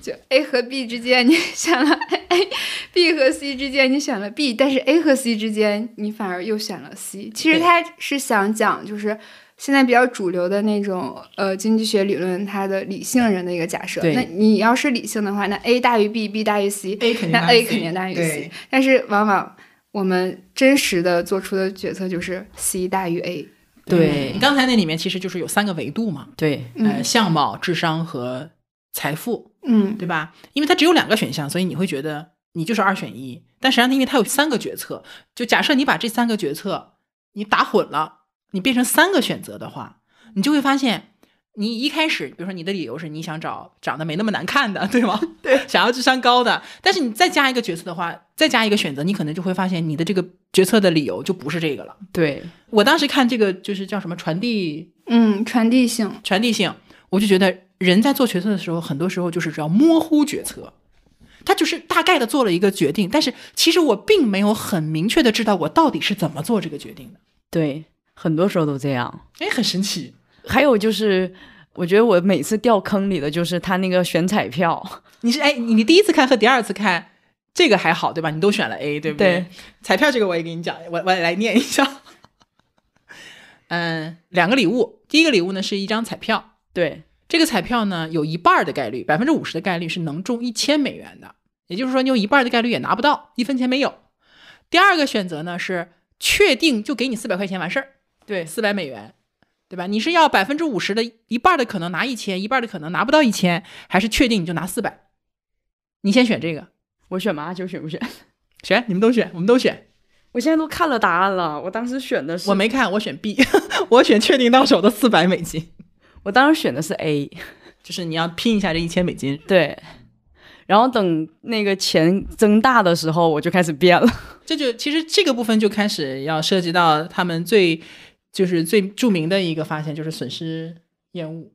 Speaker 3: 就 A 和 B 之间你 选了 A，B 和 C 之间你选了 B，但是 A 和 C 之间你反而又选了 C。其实
Speaker 1: 对
Speaker 3: 他是想讲，就是现在比较主流的那种呃经济学理论，它的理性人的一个假设。
Speaker 2: 对
Speaker 3: 那你要是理性的话，那 A 大于 B，B 大于 C，
Speaker 1: A 肯定
Speaker 3: 那
Speaker 1: 大于
Speaker 3: A
Speaker 1: C，
Speaker 3: 肯定大于
Speaker 1: 对
Speaker 3: C。但是往往我们真实的做出的决策就是 C 大于 A。
Speaker 2: 对
Speaker 3: 嗯
Speaker 1: 你刚才那里面其实就是有三个维度嘛，
Speaker 2: 对，
Speaker 1: 呃，相貌、智商和财富，
Speaker 3: 嗯，
Speaker 1: 对吧？因为它只有两个选项，所以你会觉得你就是二选一。但实际上，它因为它有三个决策，就假设你把这三个决策你打混了，你变成三个选择的话，你就会发现。你一开始，比如说你的理由是你想找长得没那么难看的，对吗？对， 想要智商高的。但是你再加一个角色的话，再加一个选择，你可能就会发现你的这个决策的理由就不是这个了。
Speaker 2: 对，
Speaker 1: 我当时看这个就是叫什么传递
Speaker 3: 嗯，传递性，
Speaker 1: 传递性，我就觉得人在做决策的时候，很多时候就是只要模糊决策，他就是大概的做了一个决定，但是其实我并没有很明确的知道我到底是怎么做这个决定的，
Speaker 2: 对，很多时候都这样。
Speaker 1: 哎，很神奇。
Speaker 2: 还有就是，我觉得我每次掉坑里的就是他那个选彩票，
Speaker 1: 你是哎，你你第一次看和第二次看这个还好对吧？你都选了 A 对不
Speaker 2: 对？
Speaker 1: 彩票这个我也给你讲，我我也来念一下。 嗯，两个礼物，第一个礼物呢是一张彩票，
Speaker 2: 对，
Speaker 1: 这个彩票呢有一半儿的概率，百分之五十的概率是能中一千美元的，也就是说你有一半儿的概率也拿不到，一分钱没有。第二个选择呢是确定就给你四百块钱完事儿，
Speaker 2: 对
Speaker 1: 四百美元，对吧？你是要百分之五十的一半儿的可能拿一千，一半儿的可能拿不到一千，还是确定你就拿四百？你先选这个，
Speaker 2: 我选麻球选不选？
Speaker 1: 选你们都选，我们都选。
Speaker 2: 我现在都看了答案了，我当时选的是
Speaker 1: 我没看，我选 B，我 选确定到手的四百美金，
Speaker 2: 我当时选的是 A，
Speaker 1: 就是你要拼一下这一千美金。
Speaker 2: 对。然后等那个钱增大的时候，我就开始变了。
Speaker 1: 这就其实这个部分就开始要涉及到他们最就是最著名的一个发现，就是损失厌恶。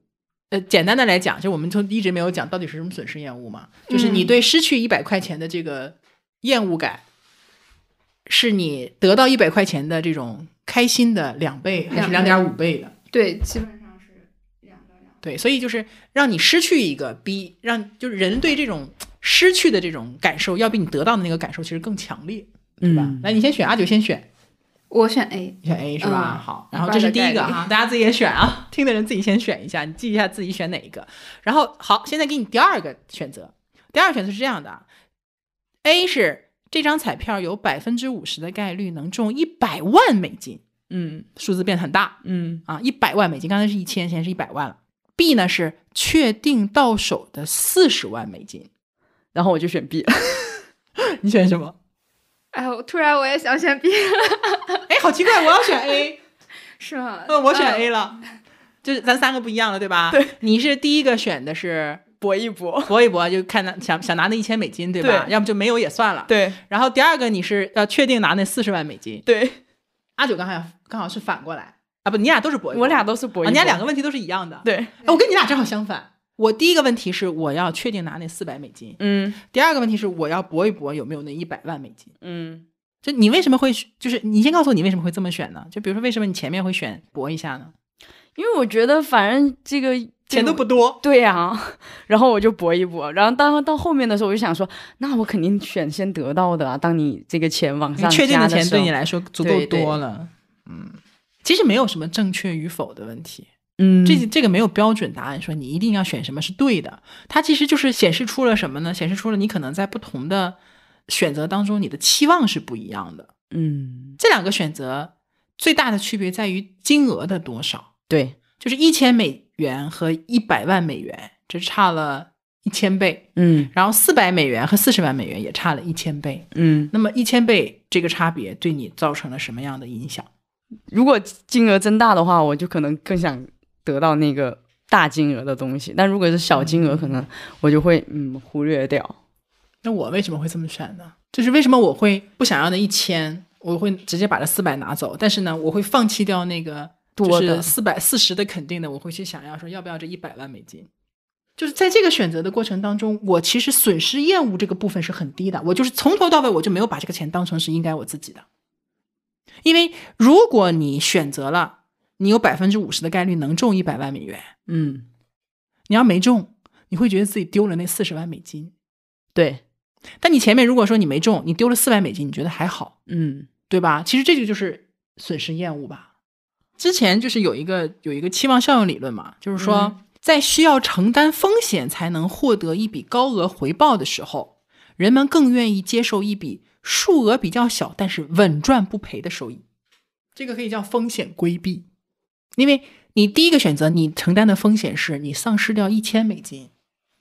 Speaker 1: 呃，简单的来讲，就我们就一直没有讲到底是什么损失厌恶嘛，就是
Speaker 3: 嗯
Speaker 1: 你对失去一百块钱的这个厌恶感，是你得到一百块钱的这种开心的两倍还是
Speaker 3: 两倍
Speaker 1: 两点五倍的？
Speaker 3: 对，基本上是两个两
Speaker 1: 对，所以就是让你失去一个逼，让就是人对这种失去的这种感受，要比你得到的那个感受其实更强烈，对吧？
Speaker 2: 嗯
Speaker 1: 来，你先选，阿九先选，
Speaker 3: 我选 A，
Speaker 1: 你选 A 是吧？
Speaker 3: 嗯
Speaker 1: 好，然后
Speaker 3: 我
Speaker 1: 这是
Speaker 3: 按照
Speaker 1: 第一个
Speaker 3: 概率
Speaker 1: 哈，大家自己也选啊，听的人自己先选一下，你记一下自己选哪一个。然后好，现在给你第二个选择，第二个选择是这样的啊，A 是这张彩票有百分之五十的概率能中一百万美金，
Speaker 2: 嗯
Speaker 1: 数字变得很大，
Speaker 2: 嗯
Speaker 1: 啊，一百万美金，刚才是一千，现在是一百万了。B 呢是确定到手的四十万美金，
Speaker 2: 然后我就选 B 了。
Speaker 1: 你选什么？
Speaker 3: 哎，我突然我也想选 B，
Speaker 1: 哎，好奇怪，我要选 A，
Speaker 3: 是吗？
Speaker 1: 嗯，我选
Speaker 3: 嗯
Speaker 1: A 了，就是咱三个不一样了，对吧？对，你是第一个选的是
Speaker 2: 搏一搏。
Speaker 1: 搏一搏，就看拿想想拿那一千美金，对吧？
Speaker 2: 对
Speaker 1: 要么就没有也算了。。
Speaker 2: 对
Speaker 1: 然后第二个你是要确定拿那四十万美金，
Speaker 2: 对，
Speaker 1: 阿九刚好刚好是反过来啊，不，你俩都是搏一搏，
Speaker 2: 我俩都是搏
Speaker 1: 啊
Speaker 2: 一搏。
Speaker 1: 你俩两个问题都是一样的。
Speaker 2: 对，
Speaker 1: 哎，我跟你俩正好相反。我第一个问题是我要确定拿那四百美金，
Speaker 2: 嗯
Speaker 1: 第二个问题是，我要搏一搏有没有那一百万美金？
Speaker 2: 嗯，
Speaker 1: 就你为什么会，就是你先告诉我你为什么会这么选呢？就比如说为什么你前面会选搏一下呢？
Speaker 2: 因为我觉得反正这个
Speaker 1: 钱都不多，
Speaker 2: 对呀、 然后我就搏一搏，然后当到后面的时候，我就想说，那我肯定选先得到的啊。当你这个钱往
Speaker 1: 你
Speaker 2: 上
Speaker 1: 确定
Speaker 2: 加
Speaker 1: 的
Speaker 2: 的
Speaker 1: 钱
Speaker 2: 时候
Speaker 1: 对你来说足够
Speaker 2: 对对
Speaker 1: 多了。嗯，其实没有什么正确与否的问题，
Speaker 2: 嗯，
Speaker 1: 这这个没有标准答案，说你一定要选什么是对的。它其实就是显示出了什么呢？显示出了你可能在不同的选择当中，你的期望是不一样的。
Speaker 2: 嗯，
Speaker 1: 这两个选择最大的区别在于金额的多少。
Speaker 2: 对，
Speaker 1: 就是一千美元和一百万美元，这差了一千倍。
Speaker 2: 嗯
Speaker 1: 然后四百美元和四十万美元也差了一千倍。
Speaker 2: 嗯，
Speaker 1: 那么一千倍这个差别对你造成了什么样的影响？
Speaker 2: 如果金额增大的话，我就可能更想得到那个大金额的东西，但如果是小金额，可能我就会嗯忽略掉。
Speaker 1: 那我为什么会这么选呢？就是为什么我会不想要那一千，我会直接把这四百拿走，但是呢，我会放弃掉那个
Speaker 2: 多
Speaker 1: 就
Speaker 2: 的
Speaker 1: 是四百四十的肯定的，我会去想要说要不要这一百万美金。就是在这个选择的过程当中，我其实损失厌恶这个部分是很低的，我就是从头到尾我就没有把这个钱当成是应该我自己的。因为如果你选择了，你有百分之五十的概率能中一百万美元，
Speaker 2: 嗯，
Speaker 1: 你要没中，你会觉得自己丢了那四十万美金。
Speaker 2: 对，
Speaker 1: 但你前面如果说你没中，你丢了四百美金，你觉得还好，
Speaker 2: 嗯
Speaker 1: 对吧？其实这个就是损失厌恶吧。之前就是有一个有一个期望效应理论嘛，就是说、
Speaker 2: 嗯
Speaker 1: 在需要承担风险才能获得一笔高额回报的时候，人们更愿意接受一笔数额比较小但是稳赚不赔的收益。这个可以叫风险规避，因为你第一个选择你承担的风险是你丧失掉一千美金，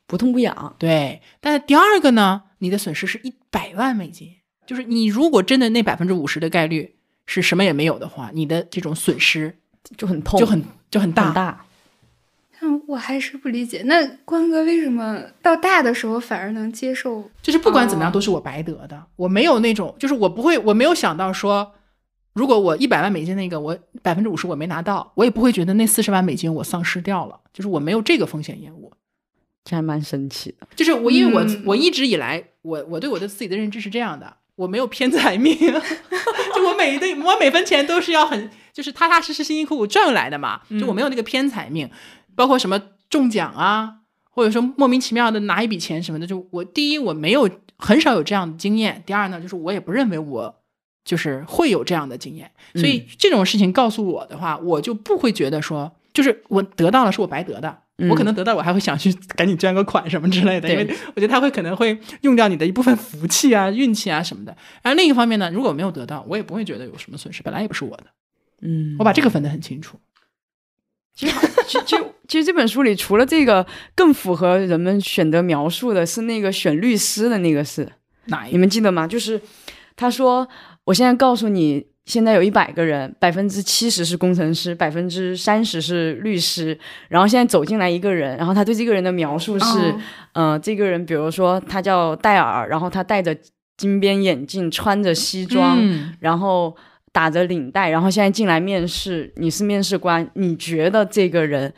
Speaker 2: 不痛不痒。
Speaker 1: 对，但是第二个呢，你的损失是一百万美金，就是你如果真的那百分之五十的概率是什么也没有的话，你的这种损失
Speaker 2: 就很痛，
Speaker 1: 就很就很大。
Speaker 2: 很大，
Speaker 3: 但我还是不理解，那关哥为什么到大的时候反而能接受？
Speaker 1: 就是不管怎么样
Speaker 3: 哦
Speaker 1: 都是我白得的，我没有那种，就是我不会，我没有想到说，如果我一百万美金那个我百分之五十我没拿到，我也不会觉得那四十万美金我丧失掉了，就是我没有这个风险厌恶。
Speaker 2: 这还蛮神奇的。
Speaker 1: 就是我，因为我、
Speaker 3: 嗯
Speaker 1: 我一直以来，我我对我的自己的认知是这样的，我没有偏财命， 就我每一顿我每分钱都是要很就是踏踏实实辛辛苦苦赚来的嘛，就我没有那个偏财命。包括什么中奖啊，或者说莫名其妙的拿一笔钱什么的，就我第一我没有很少有这样的经验，第二呢就是我也不认为我就是会有这样的经验，
Speaker 2: 嗯
Speaker 1: 所以这种事情告诉我的话，我就不会觉得说就是我得到了是我白得的。
Speaker 2: 嗯
Speaker 1: 我可能得到，我还会想去赶紧捐个款什么之类的，因为
Speaker 2: 对
Speaker 1: 我觉得他会可能会用掉你的一部分福气啊、运气啊什么的。然后另一方面呢，如果没有得到，我也不会觉得有什么损失，本来也不是我的，
Speaker 2: 嗯
Speaker 1: 我把这个分得很清楚。
Speaker 2: 其实，其其其实这本书里除了这个，更符合人们选择描述的是那个选律师的那个事，
Speaker 1: 哪一
Speaker 2: 你们记得吗？就是他说，我现在告诉你，现在有一百个人，百分之七十是工程师，百分之三十是律师，然后现在走进来一个人，然后他对这个人的描述是，
Speaker 3: 哦
Speaker 2: 呃，这个人比如说他叫戴尔，然后他戴着金边眼镜，穿着西装，
Speaker 1: 嗯
Speaker 2: 然后打着领带，然后现在进来面试，你是面试官，你觉得这个人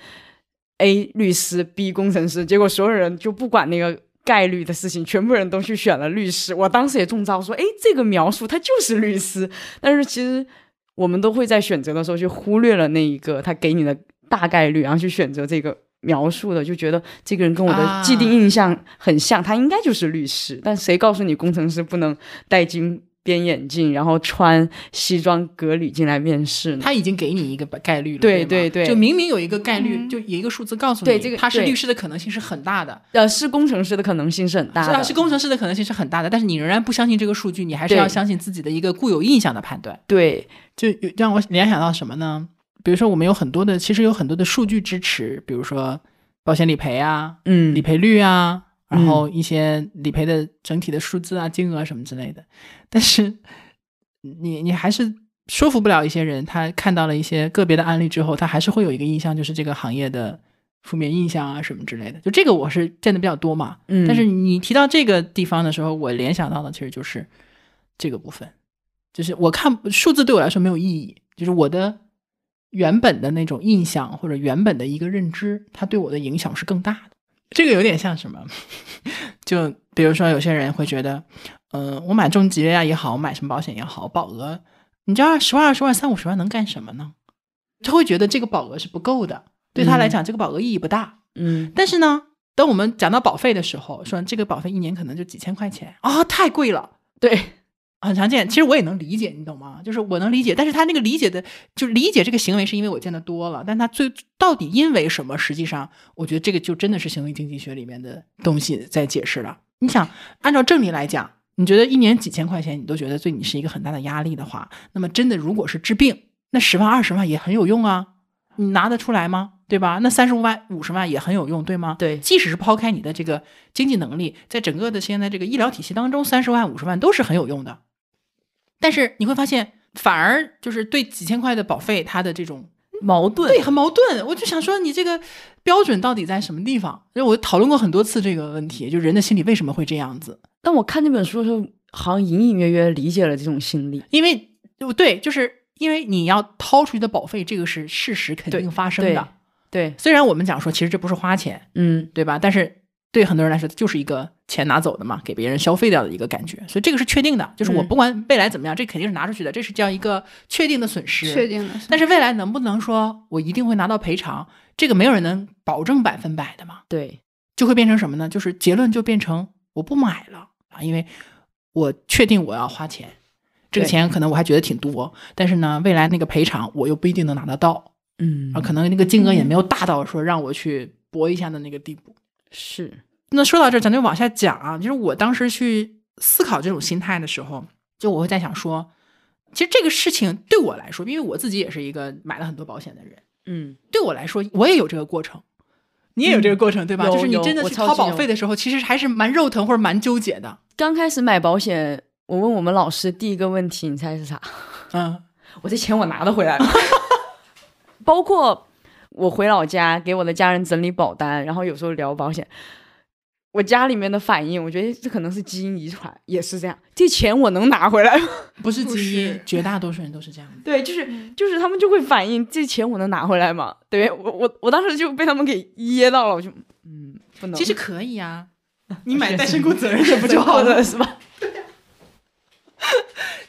Speaker 2: A 律师，B 工程师，结果所有人就不管那个。概率的事情，全部人都去选了律师。我当时也中招，说：“哎，这个描述他就是律师。”但是其实我们都会在选择的时候去忽略了那一个他给你的大概率，然后去选择这个描述的，就觉得这个人跟我的既定印象很像，他应该就是律师。但谁告诉你工程师不能戴金边眼镜，然后穿西装革履进来面试呢？
Speaker 1: 他已经给你一个概率了，
Speaker 2: 对
Speaker 1: 嗯对
Speaker 2: 对
Speaker 1: 吗
Speaker 2: 对
Speaker 1: 就明明有一个概率，
Speaker 3: 嗯
Speaker 1: 就有一个数字告诉你，
Speaker 2: 对这个
Speaker 1: 他是
Speaker 2: 对
Speaker 1: 律师的可能性是很大的，
Speaker 2: 呃，是工程师的可能性是很大
Speaker 1: 是
Speaker 2: 的，
Speaker 1: 啊，是工程师的可能性是很大的，但是你仍然不相信这个数据，你还是要
Speaker 2: 对
Speaker 1: 相信自己的一个固有印象的判断。
Speaker 2: 对，
Speaker 1: 就有让我联想到什么呢？比如说我们有很多的，其实有很多的数据支持，比如说保险理赔啊，
Speaker 2: 嗯
Speaker 1: 理，赔率啊，然
Speaker 2: 嗯
Speaker 1: 后一些理赔的整体的数字啊、金额什么之类的。但是你你还是说服不了一些人，他看到了一些个别的案例之后，他还是会有一个印象，就是这个行业的负面印象啊什么之类的。就这个我是见的比较多嘛。
Speaker 2: 嗯
Speaker 1: 但是你提到这个地方的时候，我联想到的其实就是这个部分，就是我看数字对我来说没有意义，就是我的原本的那种印象或者原本的一个认知，它对我的影响是更大的。这个有点像什么？ 就比如说有些人会觉得，呃，我买重疾呀也好，我买什么保险也好，保额，你知道十万、二十万、三五十万能干什么呢？他会觉得这个保额是不够的，对他来
Speaker 2: 嗯
Speaker 1: 讲，这个保额意义不大。
Speaker 2: 嗯
Speaker 1: 但是呢，等我们讲到保费的时候，说这个保费一年可能就几千块钱啊、太贵了。
Speaker 2: 对，
Speaker 1: 很常见，其实我也能理解，你懂吗？就是我能理解，但是他那个理解的，就是理解这个行为，是因为我见得多了，但他最到底因为什么？实际上，我觉得这个就真的是行为经济学里面的东西在解释了。你想，按照正理来讲，你觉得一年几千块钱，你都觉得对你是一个很大的压力的话，那么真的如果是治病，那十万二十万也很有用啊，你拿得出来吗？对吧？那三十五万、五十万也很有用，对吗？
Speaker 2: 对
Speaker 1: 即使是抛开你的这个经济能力，在整个的现在这个医疗体系当中，三十万、五十万都是很有用的。但是你会发现，反而就是对几千块的保费，它的这种
Speaker 2: 矛盾
Speaker 1: 对很矛盾。我就想说，你这个标准到底在什么地方？就我讨论过很多次这个问题，就人的心理为什么会这样子？
Speaker 2: 但我看这本书的时候，好像隐隐约约理解了这种心理。
Speaker 1: 因为对，就是因为你要掏出去的保费，这个是事实肯定
Speaker 2: 对
Speaker 1: 发生
Speaker 2: 对
Speaker 1: 的。
Speaker 2: 对，
Speaker 1: 虽然我们讲说，其实这不是花钱，
Speaker 2: 嗯
Speaker 1: 对吧？但是对很多人来说，就是一个钱拿走的嘛，给别人消费掉的一个感觉，所以这个是确定的，就是我
Speaker 2: 嗯
Speaker 1: 不管未来怎么样，这肯定是拿出去的，这是叫一个确定的损失。
Speaker 3: 确定的是，
Speaker 1: 但是未来能不能说我一定会拿到赔偿，这个没有人能保证百分百的嘛，
Speaker 2: 对，
Speaker 1: 就会变成什么呢？就是结论就变成我不买了啊，因为我确定我要花钱，这个
Speaker 2: 对
Speaker 1: 钱可能我还觉得挺多，但是呢，未来那个赔偿我又不一定能拿得到，
Speaker 2: 嗯
Speaker 1: 啊，可能那个金额也没有大到说让我去搏一下的那个地步。
Speaker 2: 是，
Speaker 1: 那说到这儿，咱就往下讲啊。就是我当时去思考这种心态的时候，就我会在想说，其实这个事情对我来说，因为我自己也是一个买了很多保险的人，
Speaker 2: 嗯
Speaker 1: 对我来说，我也有这个过程，你也有这个过程、对吧？
Speaker 2: 有
Speaker 1: 就是你
Speaker 2: 有
Speaker 1: 真的
Speaker 2: 我
Speaker 1: 去
Speaker 2: 超
Speaker 1: 掏
Speaker 2: 级
Speaker 1: 保
Speaker 2: 有
Speaker 1: 费的时候，其实还是蛮肉疼或者蛮纠结的。
Speaker 2: 刚开始买保险，我问我们老师第一个问题，你猜是啥？
Speaker 1: 嗯，
Speaker 2: 我这钱我拿得回来吗？ 包括我回老家给我的家人整理保单，然后有时候聊保险，我家里面的反应，我觉得这可能是基因遗传，也是这样。这钱我能拿回来吗？
Speaker 1: 不是
Speaker 3: 不
Speaker 1: 基因
Speaker 3: 是，
Speaker 1: 绝大多数人都是这样 的。
Speaker 2: 对，就是就是他们就会反映这钱我能拿回来吗？对我我我当时就被他们给噎到了，我就嗯不能。
Speaker 1: 其实可以啊，你 买单身雇责任险不
Speaker 2: 不
Speaker 1: 就
Speaker 2: 就
Speaker 1: 好
Speaker 2: 好
Speaker 1: 了？
Speaker 2: 了是吧？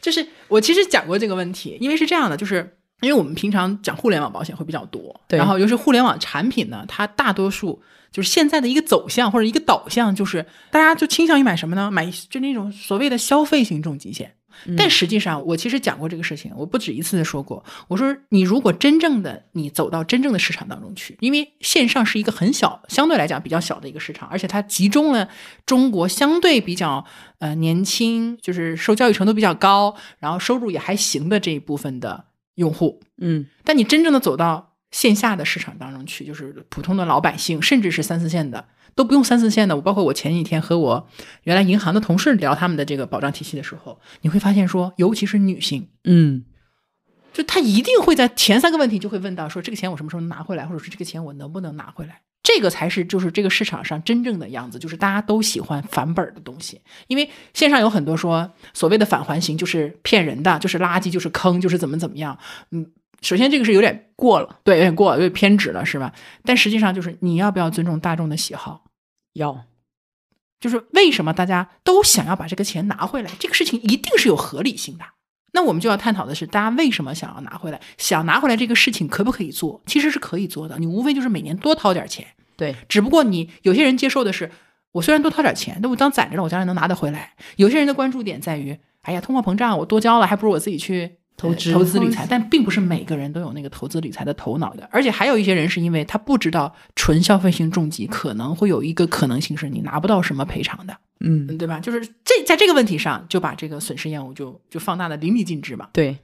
Speaker 1: 就是我其实讲过这个问题，因为是这样的，就是因为我们平常讲互联网保险会比较多，
Speaker 2: 对
Speaker 1: 然后就是互联网产品呢，它大多数就是现在的一个走向或者一个导向，就是大家就倾向于买什么呢？买就那种所谓的消费型重疾险。但实际上，我其实讲过这个事情，我不止一次的说过，我说你如果真正的你走到真正的市场当中去，因为线上是一个很小，相对来讲比较小的一个市场，而且它集中了中国相对比较呃年轻，就是受教育程度比较高，然后收入也还行的这一部分的用户。
Speaker 2: 嗯
Speaker 1: 但你真正的走到线下的市场当中去，就是普通的老百姓，甚至是三四线的，都不用三四线的。我包括我前几天和我原来银行的同事聊他们的这个保障体系的时候，你会发现说，尤其是女性，
Speaker 2: 嗯
Speaker 1: 就她一定会在前三个问题就会问到说，这个钱我什么时候能拿回来，或者是这个钱我能不能拿回来。这个才是就是这个市场上真正的样子，就是大家都喜欢返本儿的东西，因为线上有很多说所谓的返还型就是骗人的，就是垃圾，就是坑，就是怎么怎么样，嗯，首先这个是有点过了，对，有点过了，有点偏执了，是吧？但实际上就是你要不要尊重大众的喜好，
Speaker 2: 要
Speaker 1: 就是为什么大家都想要把这个钱拿回来，这个事情一定是有合理性的。那我们就要探讨的是，大家为什么想要拿回来？想拿回来这个事情可不可以做？其实是可以做的，你无非就是每年多掏点钱，
Speaker 2: 对
Speaker 1: 只不过你有些人接受的是，我虽然多掏点钱，但我当攒着了，我将来能拿得回来。有些人的关注点在于，哎呀，通货膨胀，我多交了，还不如我自己去
Speaker 2: 投资
Speaker 1: 呃投资理
Speaker 3: 投
Speaker 1: 财。
Speaker 3: 资
Speaker 1: 但并不是每个人都有那个投资理财的头脑的，而且还有一些人是因为他不知道纯消费性重疾可能会有一个可能性是你拿不到什么赔偿的，
Speaker 2: 嗯
Speaker 1: 嗯对吧？就是这在这个问题上就把这个损失厌恶就就放大的淋漓尽致嘛。
Speaker 2: 对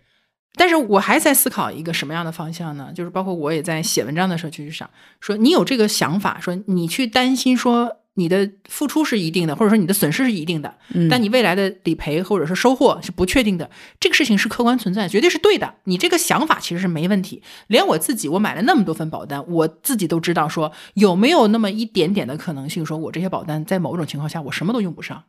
Speaker 1: 但是我还在思考一个什么样的方向呢？就是包括我也在写文章的时候去想，说你有这个想法，说你去担心说你的付出是一定的，或者说你的损失是一定的，
Speaker 2: 嗯
Speaker 1: 但你未来的理赔或者是收获是不确定的，这个事情是客观存在，绝对是对的。你这个想法其实是没问题，连我自己，我买了那么多份保单，我自己都知道说有没有那么一点点的可能性，说我这些保单在某种情况下我什么都用不上，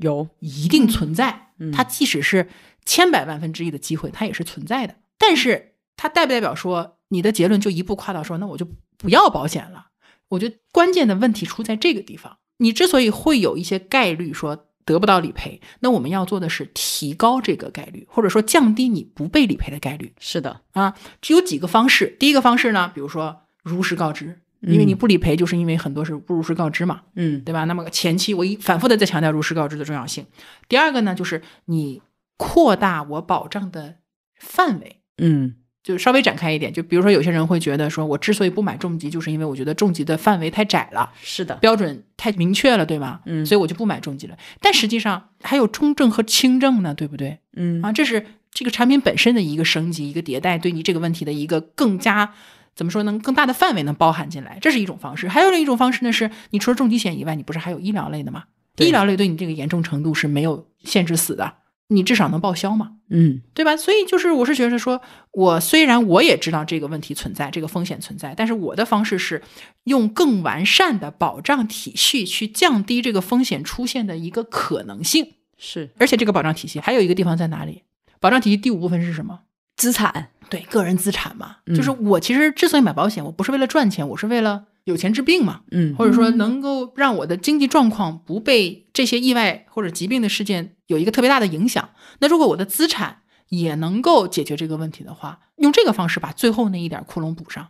Speaker 2: 有
Speaker 1: 一定存在。
Speaker 2: 嗯
Speaker 1: 它即使是千百万分之一的机会，它也是存在的。但是它代不代表说你的结论就一步跨到说，那我就不要保险了？我觉得关键的问题出在这个地方。你之所以会有一些概率说得不到理赔，那我们要做的是提高这个概率，或者说降低你不被理赔的概率
Speaker 2: 是的，
Speaker 1: 啊。只有几个方式，第一个方式呢，比如说如实告知，因为你不理赔，就是因为很多是不如实告知嘛。
Speaker 2: 嗯
Speaker 1: 对吧？那么前期我一反复的在强调如实告知的重要性。第二个呢，就是你扩大我保障的范围，
Speaker 2: 嗯
Speaker 1: 就是稍微展开一点。就比如说，有些人会觉得说，我之所以不买重疾，就是因为我觉得重疾的范围太窄了，
Speaker 2: 是的，
Speaker 1: 标准太明确了，对吧？
Speaker 2: 嗯
Speaker 1: 所以我就不买重疾了。但实际上还有中症和轻症呢，对不对？
Speaker 2: 嗯
Speaker 1: 啊，这是这个产品本身的一个升级、一个迭代，对你这个问题的一个更加怎么说呢？更大的范围能包含进来，这是一种方式。还有另一种方式呢，是你除了重疾险以外，你不是还有医疗类的吗？
Speaker 2: 对
Speaker 1: 医疗类对你这个严重程度是没有限制死的，你至少能报销嘛，
Speaker 2: 嗯
Speaker 1: 对吧？所以就是我是觉得说，我虽然我也知道这个问题存在，这个风险存在，但是我的方式是用更完善的保障体系去降低这个风险出现的一个可能性。
Speaker 2: 是
Speaker 1: 而且这个保障体系还有一个地方在哪里？保障体系第五部分是什么？
Speaker 2: 资产，
Speaker 1: 对，个人资产嘛，
Speaker 2: 嗯
Speaker 1: 就是我其实之所以买保险，我不是为了赚钱，我是为了有钱治病嘛，
Speaker 2: 嗯
Speaker 1: 或者说能够让我的经济状况不被这些意外或者疾病的事件有一个特别大的影响。那如果我的资产也能够解决这个问题的话，用这个方式把最后那一点窟窿补上，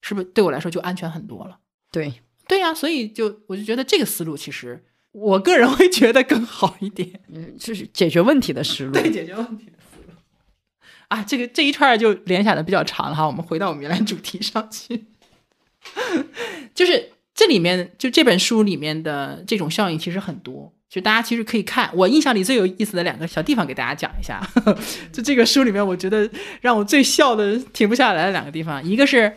Speaker 1: 是不是对我来说就安全很多了？
Speaker 2: 对
Speaker 1: 对呀、所以就我就觉得这个思路其实我个人会觉得更好一点。
Speaker 2: 这是解决问题的思路，
Speaker 1: 对 解决问题的思路啊，这个这一串儿就联想的比较长了哈，我们回到我们原来主题上去，就是这里面就这本书里面的这种效应其实很多，就大家其实可以看。我印象里最有意思的两个小地方给大家讲一下， 就这个书里面我觉得让我最笑的停不下来的两个地方，一个是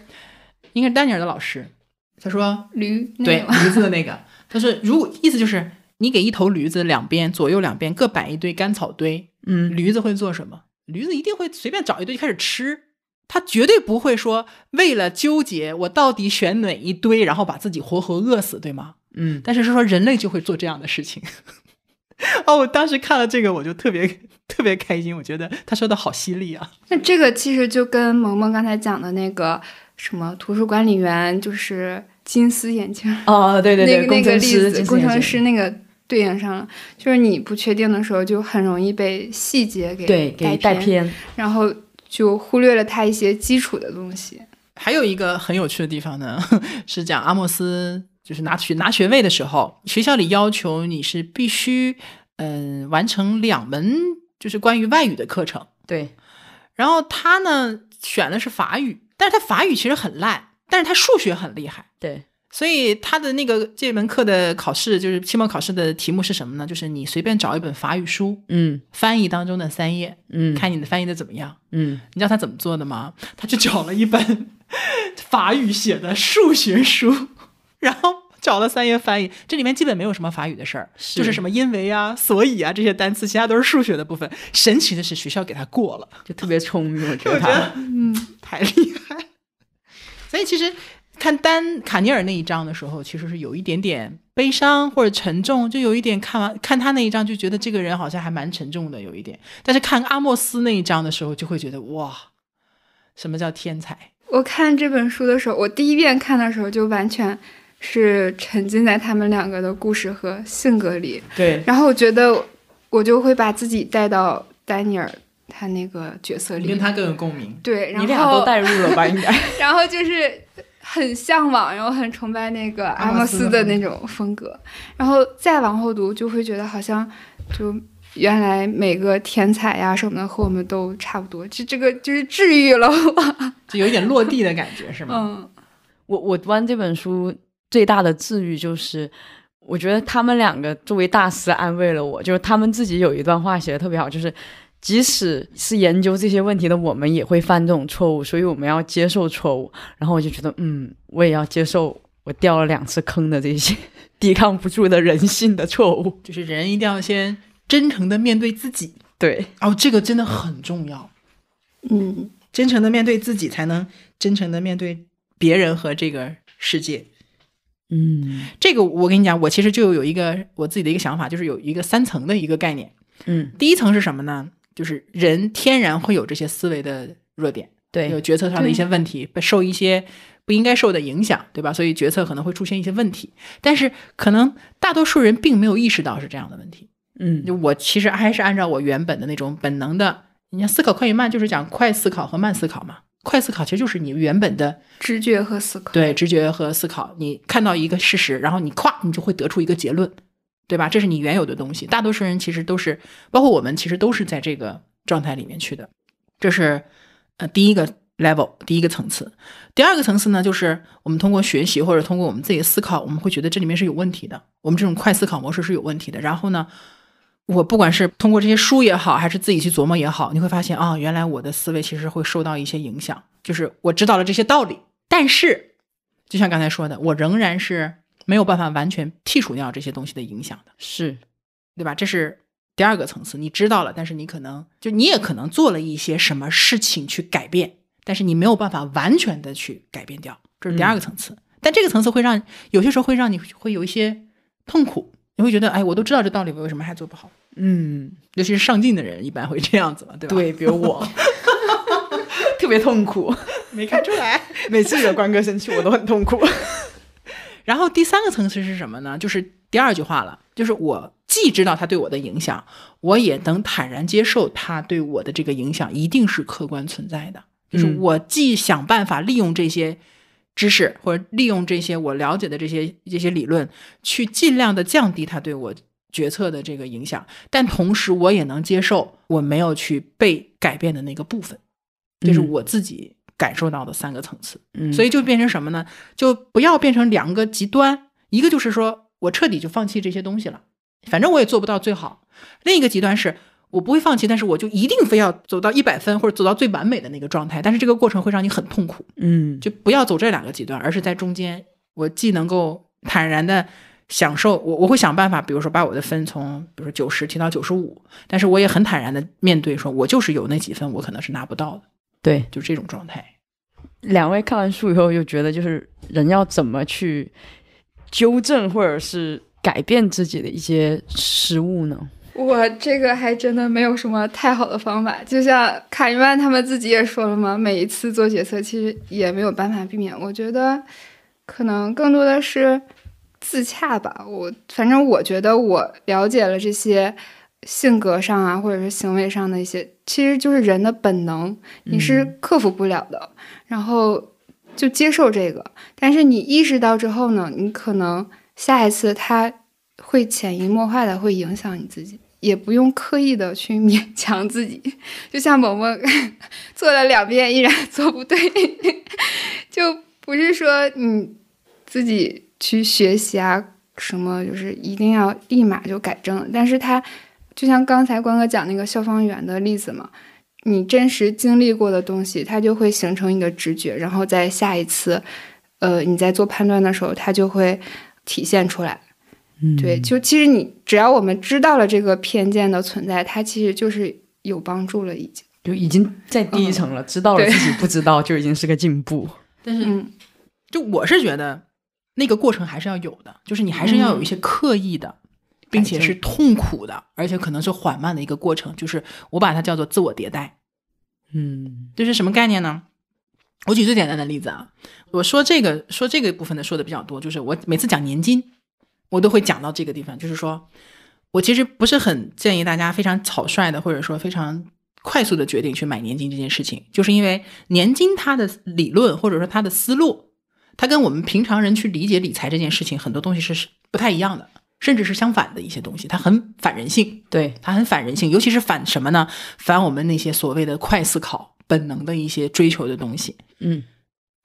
Speaker 1: 应该是丹尼尔的老师，他说
Speaker 3: 驴那
Speaker 1: 对
Speaker 3: 种，
Speaker 1: 驴子的那个，他说如果意思就是你给一头驴子两边左右两边各摆一堆干草堆，
Speaker 2: 嗯
Speaker 1: 驴子会做什么？驴子一定会随便找一堆就开始吃，它绝对不会说为了纠结我到底选哪一堆，然后把自己活活饿死，对吗？
Speaker 2: 嗯
Speaker 1: 但是是说人类就会做这样的事情。 哦，我当时看了这个，我就特别特别开心，我觉得他说的好犀利啊。
Speaker 3: 那这个其实就跟萌萌刚才讲的那个什么图书管理员，就是金丝眼镜儿
Speaker 2: 哦对对对，
Speaker 3: 那个那个
Speaker 2: 程
Speaker 3: 例
Speaker 2: 师
Speaker 3: 子，工程师那个对应上了，就是你不确定的时候，就很容易被细节给
Speaker 2: 对给带
Speaker 3: 偏，
Speaker 2: 偏，
Speaker 3: 然后就忽略了它一些基础的东西。
Speaker 1: 还有一个很有趣的地方呢， 是讲阿莫斯就是拿学拿学位的时候，学校里要求你是必须嗯、呃完成两门就是关于外语的课程，
Speaker 2: 对，
Speaker 1: 然后他呢选的是法语，但是他法语其实很烂，但是他数学很厉害。
Speaker 2: 对，
Speaker 1: 所以他的那个这门课的考试，就是期末考试的题目是什么呢？就是你随便找一本法语书，
Speaker 2: 嗯
Speaker 1: 翻译当中的三页，
Speaker 2: 嗯
Speaker 1: 看你的翻译的怎么样。
Speaker 2: 嗯，
Speaker 1: 你知道他怎么做的吗？他去找了一本 法语写的数学书，然后找了三页翻译，这里面基本没有什么法语的事儿，
Speaker 2: 是
Speaker 1: 就是什么因为啊、所以啊这些单词，其他都是数学的部分。神奇的是，学校给他过了。
Speaker 2: 就特别聪明，我觉
Speaker 1: 我
Speaker 2: 得
Speaker 1: 觉
Speaker 2: 他。
Speaker 1: 得嗯太厉害。 所以其实看丹卡尼尔那一章的时候，其实是有一点点悲伤或者沉重，就有一点看完看他那一章就觉得这个人好像还蛮沉重的，有一点。但是看阿莫斯那一章的时候，就会觉得哇，什么叫天才？
Speaker 3: 我看这本书的时候，我第一遍看的时候就完全是沉浸在他们两个的故事和性格里，
Speaker 2: 对，
Speaker 3: 然后我觉得我就会把自己带到丹尼尔他那个角色里，
Speaker 1: 更有共鸣。
Speaker 3: 对，然
Speaker 2: 你俩都
Speaker 3: 后
Speaker 2: 带入了吧？应该
Speaker 3: 然后就是很向往，然后很崇拜那个阿莫斯的那种风格，然后再往后读就会觉得好像就。原来每个天才呀、什么的和我们都差不多，这这个就是治愈了我。
Speaker 1: 就有一点落地的感觉，是吗？
Speaker 3: 嗯，
Speaker 2: 我我读这本书最大的治愈就是，我觉得他们两个作为大师安慰了我，就是他们自己有一段话写的特别好，就是。即使是研究这些问题的我们，也会犯这种错误，所以我们要接受错误。然后我就觉得，嗯，我也要接受我掉了两次坑的这些 抵抗不住的人性的错误。
Speaker 1: 就是人一定要先真诚的面对自己，
Speaker 2: 对，
Speaker 1: 哦，这个真的很重要。
Speaker 3: 嗯，
Speaker 1: 真诚的面对自己，才能真诚的面对别人和这个世界。
Speaker 2: 嗯
Speaker 1: 这个我跟你讲，我其实就有一个我自己的一个想法，就是有一个三层的一个概念。
Speaker 2: 嗯，
Speaker 1: 第一层是什么呢？就是人天然会有这些思维的弱点，有
Speaker 2: 对，
Speaker 1: 决策上的一些问题，被受一些不应该受的影响，对吧？所以决策可能会出现一些问题，但是可能大多数人并没有意识到是这样的问题。
Speaker 2: 嗯
Speaker 1: 就我其实还是按照我原本的那种本能的，你看思考快与慢就是讲快思考和慢思考嘛。快思考其实就是你原本的
Speaker 3: 直觉和思考。
Speaker 1: 对直觉和思考，你看到一个事实，然后你咵，你就会得出一个结论，对吧？这是你原有的东西。大多数人其实都是，包括我们，其实都是在这个状态里面去的。这是呃第一个 level，第一个层次。第二个层次呢，就是我们通过学习或者通过我们自己的思考，我们会觉得这里面是有问题的，我们这种快思考模式是有问题的。然后呢，我不管是通过这些书也好，还是自己去琢磨也好，你会发现啊、原来我的思维其实会受到一些影响，就是我知道了这些道理，但是就像刚才说的，我仍然是没有办法完全剔除掉这些东西的影响的，
Speaker 2: 是，
Speaker 1: 对吧？这是。第二个层次，你知道了，但是你可能就你也可能做了一些什么事情去改变，但是你没有办法完全的去改变掉，这是第
Speaker 2: 嗯
Speaker 1: 二个层次。但这个层次会让有些时候会让你会有一些痛苦，你会觉得哎，我都知道这道理，我为什么还做不好？
Speaker 2: 嗯，
Speaker 1: 尤其是上进的人，一般会这样子嘛，对吧？，
Speaker 2: 对，比如我，特别痛苦。
Speaker 1: 没看出来。
Speaker 2: 每次惹关哥生气，我都很痛苦。
Speaker 1: 然后第三个层次是什么呢？就是第二句话了，就是我既知道他对我的影响，我也能坦然接受他对我的这个影响一定是客观存在的。就是
Speaker 2: 嗯
Speaker 1: 我既想办法利用这些知识，或者利用这些我了解的这些这些理论，去尽量的降低他对我决策的这个影响，但同时我也能接受我没有去被改变的那个部分，这是
Speaker 2: 嗯
Speaker 1: 我自己感受到的三个层次。
Speaker 2: 嗯
Speaker 1: 所以就变成什么呢？就不要变成两个极端，一个就是说我彻底就放弃这些东西了，反正我也做不到最好；另一个极端是我不会放弃，但是我就一定非要走到一百分或者走到最完美的那个状态，但是这个过程会让你很痛苦。
Speaker 2: 嗯，
Speaker 1: 就不要走这两个极端，而是在中间，我既能够坦然的享受，我我会想办法，比如说把我的分从比如说九十提到九十五，但是我也很坦然的面对，说我就是有那几分我可能是拿不到的，
Speaker 2: 对，
Speaker 1: 就这种状态。
Speaker 2: 两位看完书以后就觉得，就是人要怎么去纠正或者是改变自己的一些失误呢？
Speaker 3: 我这个还真的没有什么太好的方法，就像卡伊曼他们自己也说了嘛，每一次做决策其实也没有办法避免。我觉得可能更多的是自洽吧。我反正我觉得我了解了这些性格上啊，或者是行为上的一些，其实就是人的本能，你是克服不了的。然后就接受这个，但是你意识到之后呢，你可能下一次它会潜移默化的会影响你自己，也不用刻意的去勉强自己。 就像萌萌 做了两遍依然做不对， 就不是说你自己去学习啊，什么就是一定要立马就改正。但是它就像刚才关哥讲那个消防员的例子嘛，你真实经历过的东西，它就会形成你的直觉，然后在下一次，呃，你在做判断的时候，它就会体现出来。
Speaker 2: 嗯
Speaker 3: 对，就其实你只要我们知道了这个偏见的存在，它其实就是有帮助了，已经。
Speaker 2: 就已经在第一层了，知道了
Speaker 3: 对
Speaker 2: 自己不知道就已经是个进步。
Speaker 1: 但是
Speaker 3: 嗯
Speaker 1: 就我是觉得那个过程还是要有的，就是你还是要有一些刻意的，并且是痛苦的，而且可能是缓慢的一个过程。就是我把它叫做自我迭代，
Speaker 2: 嗯
Speaker 1: 这是什么概念呢？我举最简单的例子啊，我说这个说这个部分的说的比较多，就是我每次讲年金，我都会讲到这个地方，就是说我其实不是很建议大家非常草率的，或者说非常快速的决定去买年金这件事情，就是因为年金它的理论或者说它的思路，它跟我们平常人去理解理财这件事情很多东西是不太一样的，甚至是相反的一些东西，它很反人性。
Speaker 2: 对，
Speaker 1: 它很反人性，尤其是反什么呢？反我们那些所谓的快思考、本能的一些追求的东西。
Speaker 2: 嗯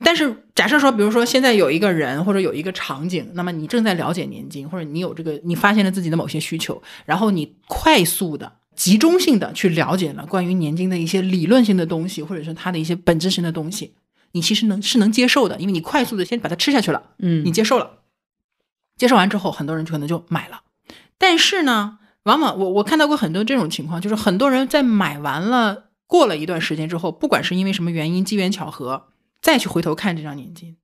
Speaker 1: 但是假设说，比如说现在有一个人或者有一个场景，那么你正在了解年金，或者你有这个，你发现了自己的某些需求，然后你快速的、集中性的去了解了关于年金的一些理论性的东西，或者是它的一些本质性的东西，你其实能是能接受的，因为你快速的先把它吃下去了。
Speaker 2: 嗯，
Speaker 1: 你接受了，接受完之后，很多人就可能就买了。但是呢，往往我我看到过很多这种情况，就是很多人在买完了，过了一段时间之后，不管是因为什么原因，机缘巧合，再去回头看这张年金，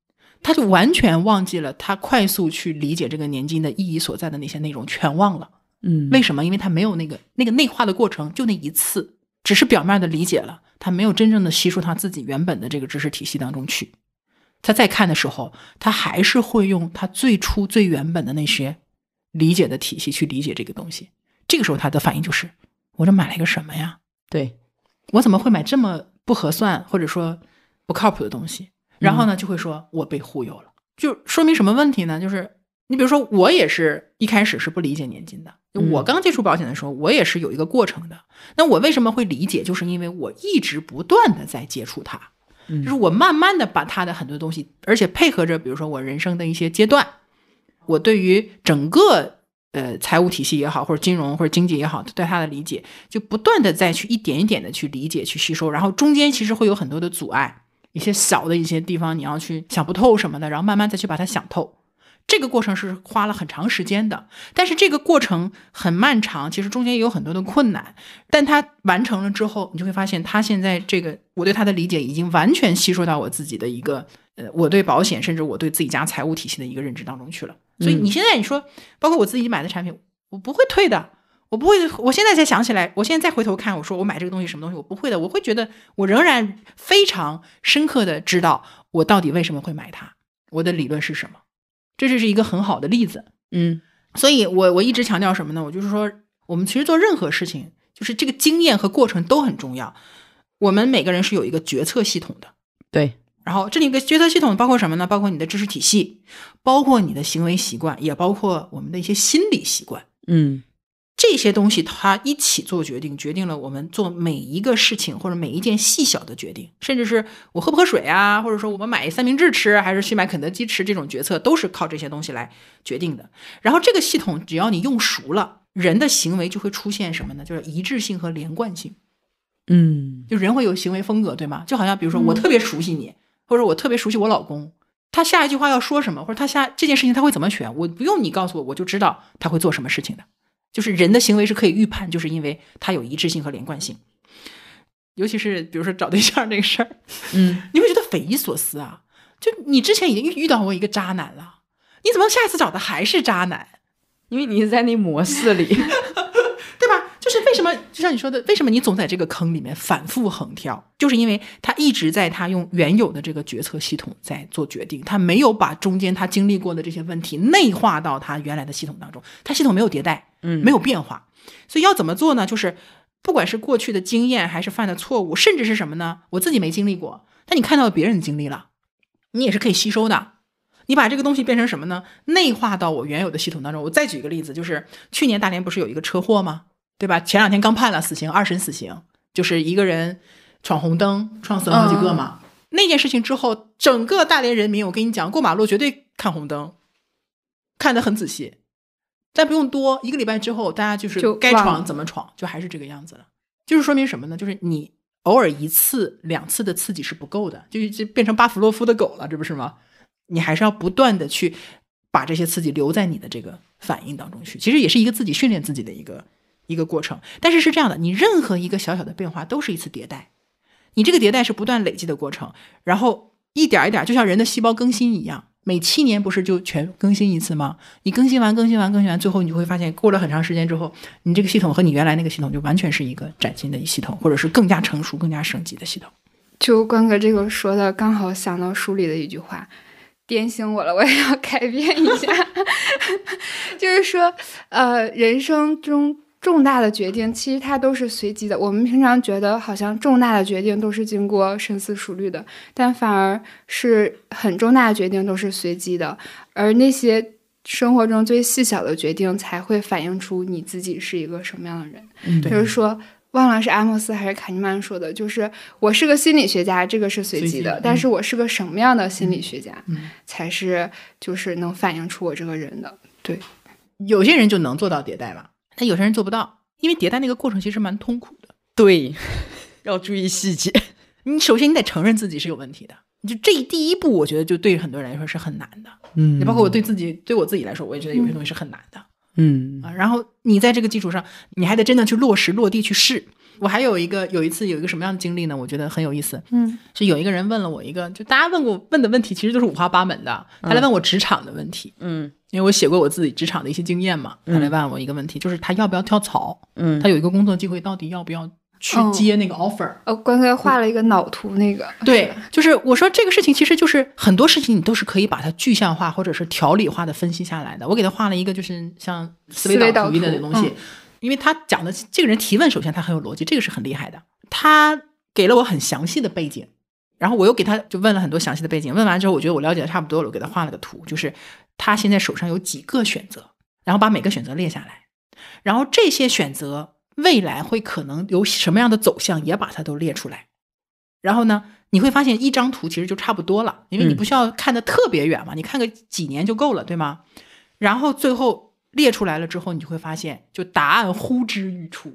Speaker 1: 他就完全忘记了他快速去理解这个年金的意义所在的那些内容，全忘了。
Speaker 2: 嗯
Speaker 1: 为什么？因为他没有那个那个内化的过程，就那一次，只是表面的理解了，他没有真正的吸收他自己原本的这个知识体系当中去。他再看的时候，他还是会用他最初最原本的那些理解的体系去理解这个东西。这个时候他的反应就是：我这买了一个什么呀？
Speaker 2: 对
Speaker 1: 我怎么会买这么不合算或者说不靠谱的东西？然后呢，就会说我被忽悠了，就说明什么问题呢？就是你比如说，我也是一开始是不理解年金的，就
Speaker 2: 嗯
Speaker 1: 我刚接触保险的时候，我也是有一个过程的。那我为什么会理解？就是因为我一直不断的在接触它，
Speaker 2: 嗯
Speaker 1: 就是我慢慢的把它的很多东西，而且配合着比如说我人生的一些阶段，我对于整个呃财务体系也好，或者金融或者经济也好，对它的理解，就不断的再去一点一点的去理解、去吸收，然后中间其实会有很多的阻碍，一些小的一些地方你要去想不透什么的，然后慢慢再去把它想透。这个过程是花了很长时间的，但是这个过程很漫长，其实中间也有很多的困难。但它完成了之后，你就会发现，它现在这个我对它的理解已经完全吸收到我自己的一个呃，我对保险甚至我对自己家财务体系的一个认知当中去了。所以你现在你说，包括我自己买的产品，我不会退的，我不会。我现在才想起来，我现在再回头看，我说我买这个东西什么东西，我不会的，我会觉得我仍然非常深刻的知道我到底为什么会买它，我的理论是什么。这就是一个很好的例子。
Speaker 2: 嗯
Speaker 1: 所以我我一直强调什么呢？我就是说，我们其实做任何事情，就是这个经验和过程都很重要。我们每个人是有一个决策系统的，
Speaker 2: 对
Speaker 1: 然后这里一个决策系统包括什么呢？包括你的知识体系，包括你的行为习惯，也包括我们的一些心理习惯。
Speaker 2: 嗯
Speaker 1: 这些东西它一起做决定，决定了我们做每一个事情或者每一件细小的决定，甚至是我喝不喝水啊，或者说我们买三明治吃还是去买肯德基吃，这种决策都是靠这些东西来决定的。然后这个系统只要你用熟了，人的行为就会出现什么呢？就是一致性和连贯性。
Speaker 2: 嗯
Speaker 1: 就人会有行为风格，对吗？就好像比如说我特别熟悉你，或者我特别熟悉我老公，他下一句话要说什么，或者他下这件事情他会怎么选，我不用你告诉我，我就知道他会做什么事情的。就是人的行为是可以预判，就是因为他有一致性和连贯性。尤其是比如说找对象这个事儿，
Speaker 2: 嗯，
Speaker 1: 你会觉得匪夷所思啊！就你之前已经遇遇到过一个渣男了，你怎么下一次找的还是渣男？
Speaker 2: 因为你是在那模式里，
Speaker 1: 对吧？就是为什什么就像你说的，为什么你总在这个坑里面反复横跳？就是因为他一直在他用原有的这个决策系统在做决定，他没有把中间他经历过的这些问题内化到他原来的系统当中，他系统没有迭代，
Speaker 2: 嗯
Speaker 1: 没有变化，所以要怎么做呢？就是不管是过去的经验，还是犯的错误，甚至是什么呢？我自己没经历过，但你看到别人经历了，你也是可以吸收的。你把这个东西变成什么呢？内化到我原有的系统当中。我再举一个例子，就是去年大连不是有一个车祸吗？对吧？前两天刚判了死刑，二审死刑，就是一个人闯红灯撞死了好几个嘛。那件事情之后，整个大连人民，我跟你讲，过马路绝对看红灯，看得很仔细。但不用多，一个礼拜之后，大家就是
Speaker 3: 就
Speaker 1: 该
Speaker 3: 忘
Speaker 1: 闯
Speaker 3: 了
Speaker 1: 怎么闯，就还是这个样子了。就是说明什么呢？就是你偶尔一次、两次的刺激是不够的，就就变成巴甫洛夫的狗了，这不是吗？你还是要不断的去把这些刺激留在你的这个反应当中去，其实也是一个自己训练自己的一个一个过程。但是是这样的，你任何一个小小的变化都是一次迭代，你这个迭代是不断累积的过程，然后一点儿一点儿，就像人的细胞更新一样。每七年不是就全更新一次吗？你更新完、更新完、更新完，最后你就会发现，过了很长时间之后，你这个系统和你原来那个系统就完全是一个崭新的一系统，或者是更加成熟、更加升级的系统。
Speaker 3: 就关哥这个说的，刚好想到书里的一句话，点醒我了，我也要改变一下。 就是说，呃，人生中重大的决定，其实它都是随机的。我们平常觉得好像重大的决定都是经过深思熟虑的，但反而是很重大的决定都是随机的，而那些。生活中最细小的决定才会反映出你自己是一个什么样的人。
Speaker 1: 嗯，对
Speaker 3: 就，是说，忘了是阿莫斯还是卡尼曼说的，就是我是个心理学家，这个是随
Speaker 1: 随
Speaker 3: 机
Speaker 1: 机
Speaker 3: 的
Speaker 1: 的，
Speaker 3: 但是我是个什么样的心理学家，
Speaker 1: 嗯
Speaker 3: 才是就是能反映出我这个人的。
Speaker 1: 有些人就能做到迭代嘛，但有些人做不到，因为迭代那个过程其实蛮痛苦的。
Speaker 2: 对，要注意细节。
Speaker 1: 你首先你得承认自己是有问题的，你就这第一步，我觉得就对很多人来说是很难的。
Speaker 2: 嗯
Speaker 1: 你包括我对自己，对我自己来说，我也觉得有些东西是很难的。
Speaker 2: 嗯
Speaker 1: 啊，然后你在这个基础上，你还得真的去落实落地去试。我还有一个有一次有一个什么样的经历呢？我觉得很有意思，
Speaker 3: 嗯，
Speaker 1: 是有一个人问了我一个，就大家问过问的问题，其实都是五花八门的。他来问我职场的问题，
Speaker 2: 嗯
Speaker 1: 因为我写过我自己职场的一些经验嘛，他来
Speaker 2: 嗯
Speaker 1: 问我一个问题，就是他要不要跳槽？
Speaker 2: 嗯
Speaker 1: 他有一个工作机会，到底要不要去
Speaker 3: 哦
Speaker 1: 接那个 offer？、
Speaker 3: 哦，关哥画了一个脑图，那个
Speaker 1: 对，就是我说这个事情，其实就是很多事情你都是可以把它具象化或者是条理化的分析下来的。我给他画了一个就是像
Speaker 3: 思
Speaker 1: 思维
Speaker 3: 维
Speaker 1: 导
Speaker 3: 导
Speaker 1: 图一类的
Speaker 3: 图
Speaker 1: 东西，因为他讲的这个人提问，首先他很有逻辑，这个是很厉害的。他给了我很详细的背景，然后我又给他就问了很多详细的背景。问完之后，我觉得我了解的差不多了，我给他画了个图，就是他现在手上有几个选择，然后把每个选择列下来，然后这些选择未来会可能有什么样的走向，也把它都列出来。然后呢，你会发现一张图其实就差不多了，因为你
Speaker 2: 嗯
Speaker 1: 不需要看的特别远嘛，你看个几年就够了，对吗？然后最后列出来了之后，你就会发现，就答案呼之欲出。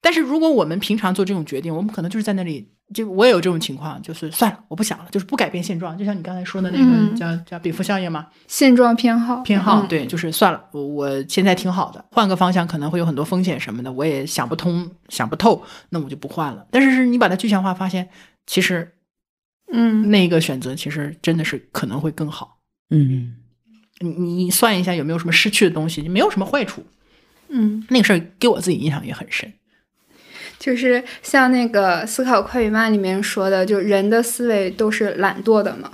Speaker 1: 但是如果我们平常做这种决定，我们可能就是在那里，就我也有这种情况，就是算了，我不想了，就是不改变现状。就像你刚才说的那个、
Speaker 3: 嗯
Speaker 1: 叫叫禀赋效应嘛，
Speaker 3: 现状偏好
Speaker 1: 偏好，
Speaker 3: 嗯
Speaker 1: 对，就是算了，我我现在挺好的，换个方向可能会有很多风险什么的，我也想不通、想不透，那我就不换了。但是是你把它具象化，发现其实
Speaker 3: 嗯
Speaker 1: 那个选择其实真的是可能会更好。
Speaker 2: 嗯
Speaker 1: 你你算一下有没有什么失去的东西，没有什么坏处。
Speaker 3: 嗯，
Speaker 1: 那个事儿给我自己印象也很深。
Speaker 3: 就是像那个《思考快与慢》里面说的，就人的思维都是懒惰的嘛。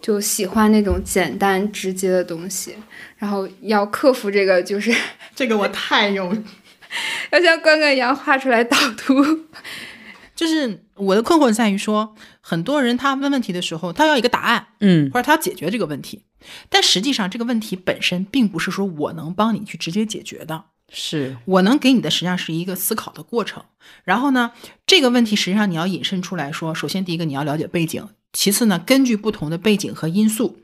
Speaker 3: 就喜欢那种简单直接的东西，然后要克服这个，就是
Speaker 1: 这个我太有，
Speaker 3: 要像关哥一样画出来导图。
Speaker 1: 就是我的困惑在于说，很多人他问问题的时候，他要一个答案，
Speaker 2: 嗯
Speaker 1: 或者他要解决这个问题，但实际上这个问题本身并不是说我能帮你去直接解决的。
Speaker 2: 是
Speaker 1: 我能给你的实际上是一个思考的过程。然后呢，这个问题实际上你要引申出来说，首先第一个你要了解背景，其次呢，根据不同的背景和因素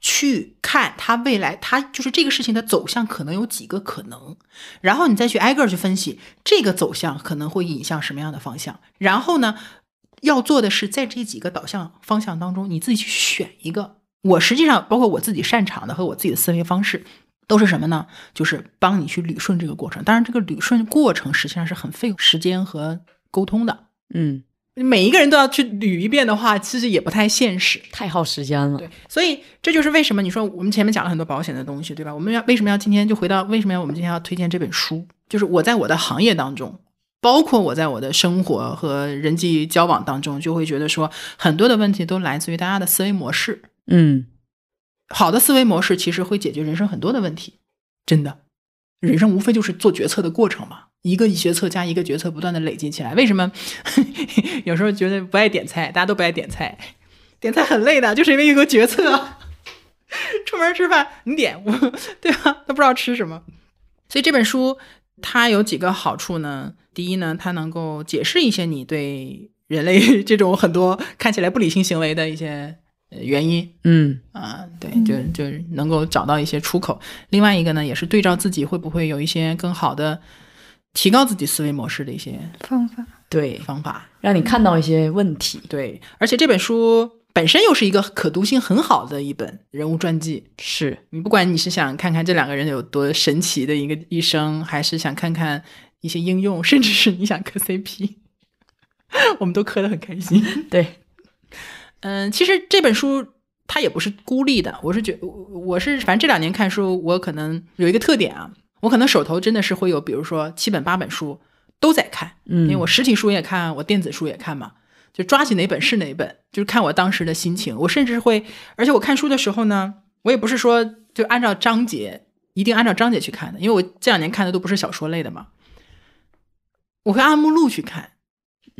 Speaker 1: 去看它未来，它就是这个事情的走向可能有几个可能，然后你再去挨个儿去分析这个走向可能会引向什么样的方向，然后呢。要做的是，在这几个导向方向当中，你自己去选一个。我实际上包括我自己擅长的和我自己的思维方式，都是什么呢？就是帮你去捋顺这个过程。当然，这个捋顺过程实际上是很费时间和沟通的。
Speaker 2: 嗯，
Speaker 1: 每一个人都要去捋一遍的话，其实也不太现实。
Speaker 2: 太耗时间了。
Speaker 1: 对，所以这就是为什么你说我们前面讲了很多保险的东西，对吧？我们要为什么要今天就回到为什么要我们今天要推荐这本书？就是我在我的行业当中，包括我在我的生活和人际交往当中，就会觉得说很多的问题都来自于大家的思维模式。
Speaker 2: 嗯，
Speaker 1: 好的思维模式其实会解决人生很多的问题，真的。人生无非就是做决策的过程嘛，一个决策加一个决策不断的累积起来。为什么 有时候觉得不爱点菜，大家都不爱点菜，点菜很累的，就是因为有个决策 啊。出门吃饭你点 我，对吧？都不知道吃什么。所以这本书它有几个好处呢？第一呢，它能够解释一些你对人类这种很多看起来不理性行为的一些呃原因，
Speaker 2: 嗯，
Speaker 1: 啊，对，就就能够找到一些出口。另外一个呢，也是对照自己会不会有一些更好的提高自己思维模式的一些
Speaker 3: 方法。
Speaker 2: 对，
Speaker 1: 方法。
Speaker 2: 让你看到一些问题。
Speaker 1: 对，而且这本书本身又是一个可读性很好的一本人物传记。
Speaker 2: 是，
Speaker 1: 你不管你是想看看这两个人有多神奇的一个一生，还是想看看一些应用，甚至是你想磕 CP，我们都磕得很开心。
Speaker 2: 对，
Speaker 1: 嗯，其实这本书它也不是孤立的，我是觉我我是反正这两年看书，我可能有一个特点啊，我可能手头真的是会有，比如说七本八本书都在看，
Speaker 2: 嗯
Speaker 1: 因为我实体书也看，我电子书也看嘛，就抓起哪本是哪本，就是看我当时的心情。我甚至会，而且我看书的时候呢，我也不是说就按照章节一定按照章节去看的，因为我这两年看的都不是小说类的嘛，我会按目录去看，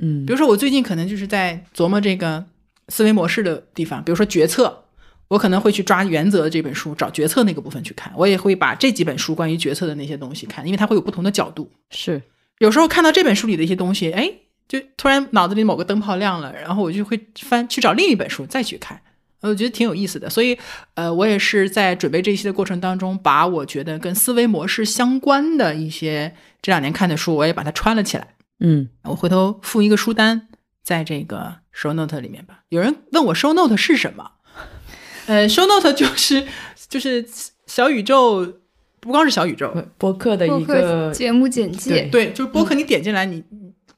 Speaker 2: 嗯，
Speaker 1: 比如说我最近可能就是在琢磨这个思维模式的地方，比如说决策，我可能会去抓《原则》这本书，找决策那个部分去看。我也会把这几本书关于决策的那些东西看，因为它会有不同的角度。
Speaker 2: 是，
Speaker 1: 有时候看到这本书里的一些东西，哎，就突然脑子里某个灯泡亮了，然后我就会翻去找另一本书再去看。呃我觉得挺有意思的，所以，呃，我也是在准备这一期的过程当中，把我觉得跟思维模式相关的一些这两年看的书，我也把它穿了起来。
Speaker 2: 嗯，
Speaker 1: 我回头附一个书单在这个 show note 里面吧。有人问我 show note 是什么？呃，show note 就是就是小宇宙，不光是小宇宙，
Speaker 2: 播客的
Speaker 3: 包
Speaker 2: 一
Speaker 3: 括
Speaker 2: 个
Speaker 3: 节目简介，
Speaker 1: 对，就是播客你点进来，你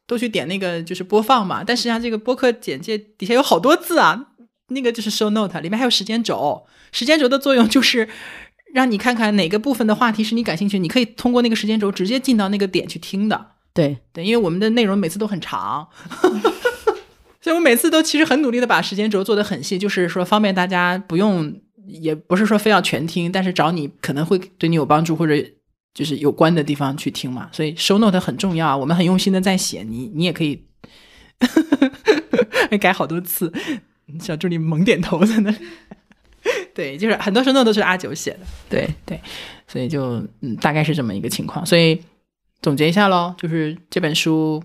Speaker 1: 都去点那个就是播放嘛。但实际上这个播客简介底下有好多字啊，那个就是 show note，里面还有时间轴。时间轴的作用就是让你看看哪个部分的话题是你感兴趣，你可以通过那个时间轴直接进到那个点去听的。
Speaker 2: 对，
Speaker 1: 对，因为我们的内容每次都很长， 所以我每次都其实很努力的把时间轴做得很细，就是说方便大家不用，也不是说非要全听，但是找你可能会对你有帮助或者就是有关的地方去听嘛。所以 show note 很重要啊，我们很用心的在写，你你也可以 改好多次。小助理猛点头在那里， 对，就是很多 show note 都是阿九写的。
Speaker 2: 对，
Speaker 1: 所以就嗯，大概是这么一个情况。所以总结一下喽，就是这本书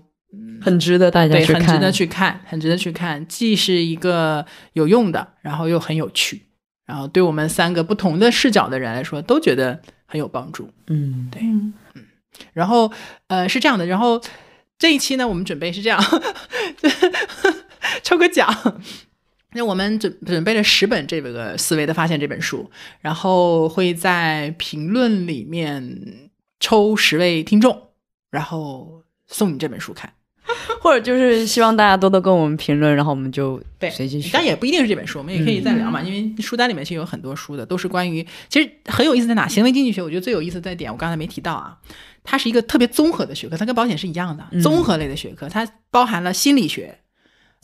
Speaker 2: 很值得大家
Speaker 1: 对
Speaker 2: 去
Speaker 1: 很
Speaker 2: 看，
Speaker 1: 值得去看，很值得去看，既是一个有用的，然后又很有趣，然后对我们三个不同的视角的人来说，都觉得很有帮助。
Speaker 2: 嗯，
Speaker 3: 嗯，
Speaker 1: 然后呃是这样的，然后这一期呢，我们准备是这样， 抽个奖。那我们准准备了十本这个《思维的发现》这本书，然后会在评论里面抽十位听众，然后送你这本书看。
Speaker 2: 或者就是希望大家多多跟我们评论，然后我们就
Speaker 1: 对
Speaker 2: 随机选，
Speaker 1: 但也不一定是这本书，我们也可以再聊嘛，因为书单里面是有很多书的，都是关于其实很有意思在哪？行为经济学，我觉得最有意思在点，我刚才没提到啊，它是一个特别综合的学科，它跟保险是一样的，
Speaker 2: 嗯
Speaker 1: 综合类的学科，它包含了心理学、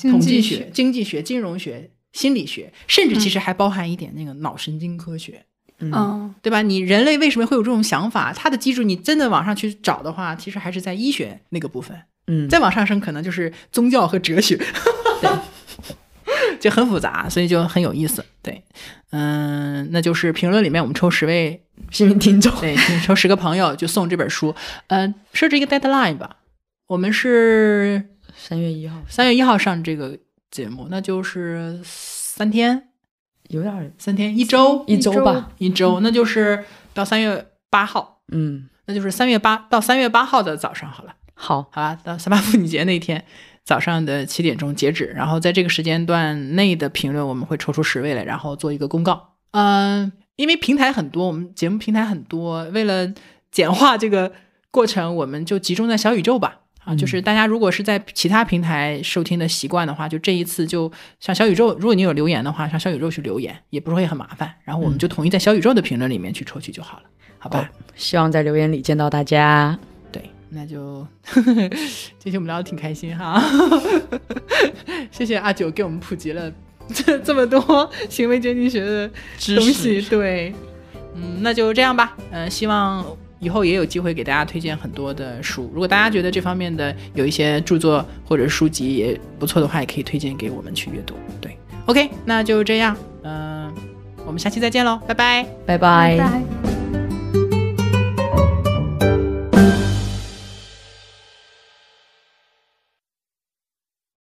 Speaker 1: 统计
Speaker 3: 济
Speaker 1: 学、经济学、金融学、心理学，甚至其实还包含一点那个脑神经科学。
Speaker 2: 嗯，
Speaker 3: 嗯，
Speaker 1: 对吧？你人类为什么会有这种想法？它的基础，你真的往上去找的话，其实还是在医学那个部分。
Speaker 2: 嗯，
Speaker 1: 再往上升可能就是宗教和哲学， 就很复杂，所以就很有意思。对，嗯、那就是评论里面我们抽十位，
Speaker 2: 幸运听众，
Speaker 1: 对，抽十个朋友就送这本书。嗯、设置一个 deadline 吧，我们是
Speaker 2: 三月一号
Speaker 1: 三月一号上这个节目，那就是三天，
Speaker 2: 有点儿
Speaker 1: 三天一周
Speaker 2: 一周吧，
Speaker 1: 一周，那就是到三月八号，
Speaker 2: 嗯，
Speaker 1: 那就是三月八到三月八号的早上好了。
Speaker 2: 好，
Speaker 1: 好吧，到三八妇女节那天早上的七点钟截止，然后在这个时间段内的评论我们会抽出十位来，然后做一个公告。嗯，因为平台很多，我们节目平台很多，为了简化这个过程，我们就集中在小宇宙吧。啊，就是大家如果是在其他平台收听的习惯的话，就这一次就上小宇宙，如果你有留言的话，上小宇宙去留言，也不会很麻烦。然后我们就统一在小宇宙的评论里面去抽取就好了，好吧？
Speaker 2: 希望在留言里见到大家，
Speaker 1: 对，那就这期我们聊的挺开心哈， 谢谢阿九给我们普及了这这么多行为经济学的
Speaker 5: 知
Speaker 1: 东
Speaker 5: 识
Speaker 1: 西，对，嗯，那就这样吧，呃，希望。以后也有机会给大家推荐很多的书，如果大家觉得这方面的有一些著作或者书籍也不错的话，也可以推荐给我们去阅读。对，OK，那就这样，嗯、我们下期再见喽，拜拜。
Speaker 2: 拜拜。
Speaker 3: 拜拜。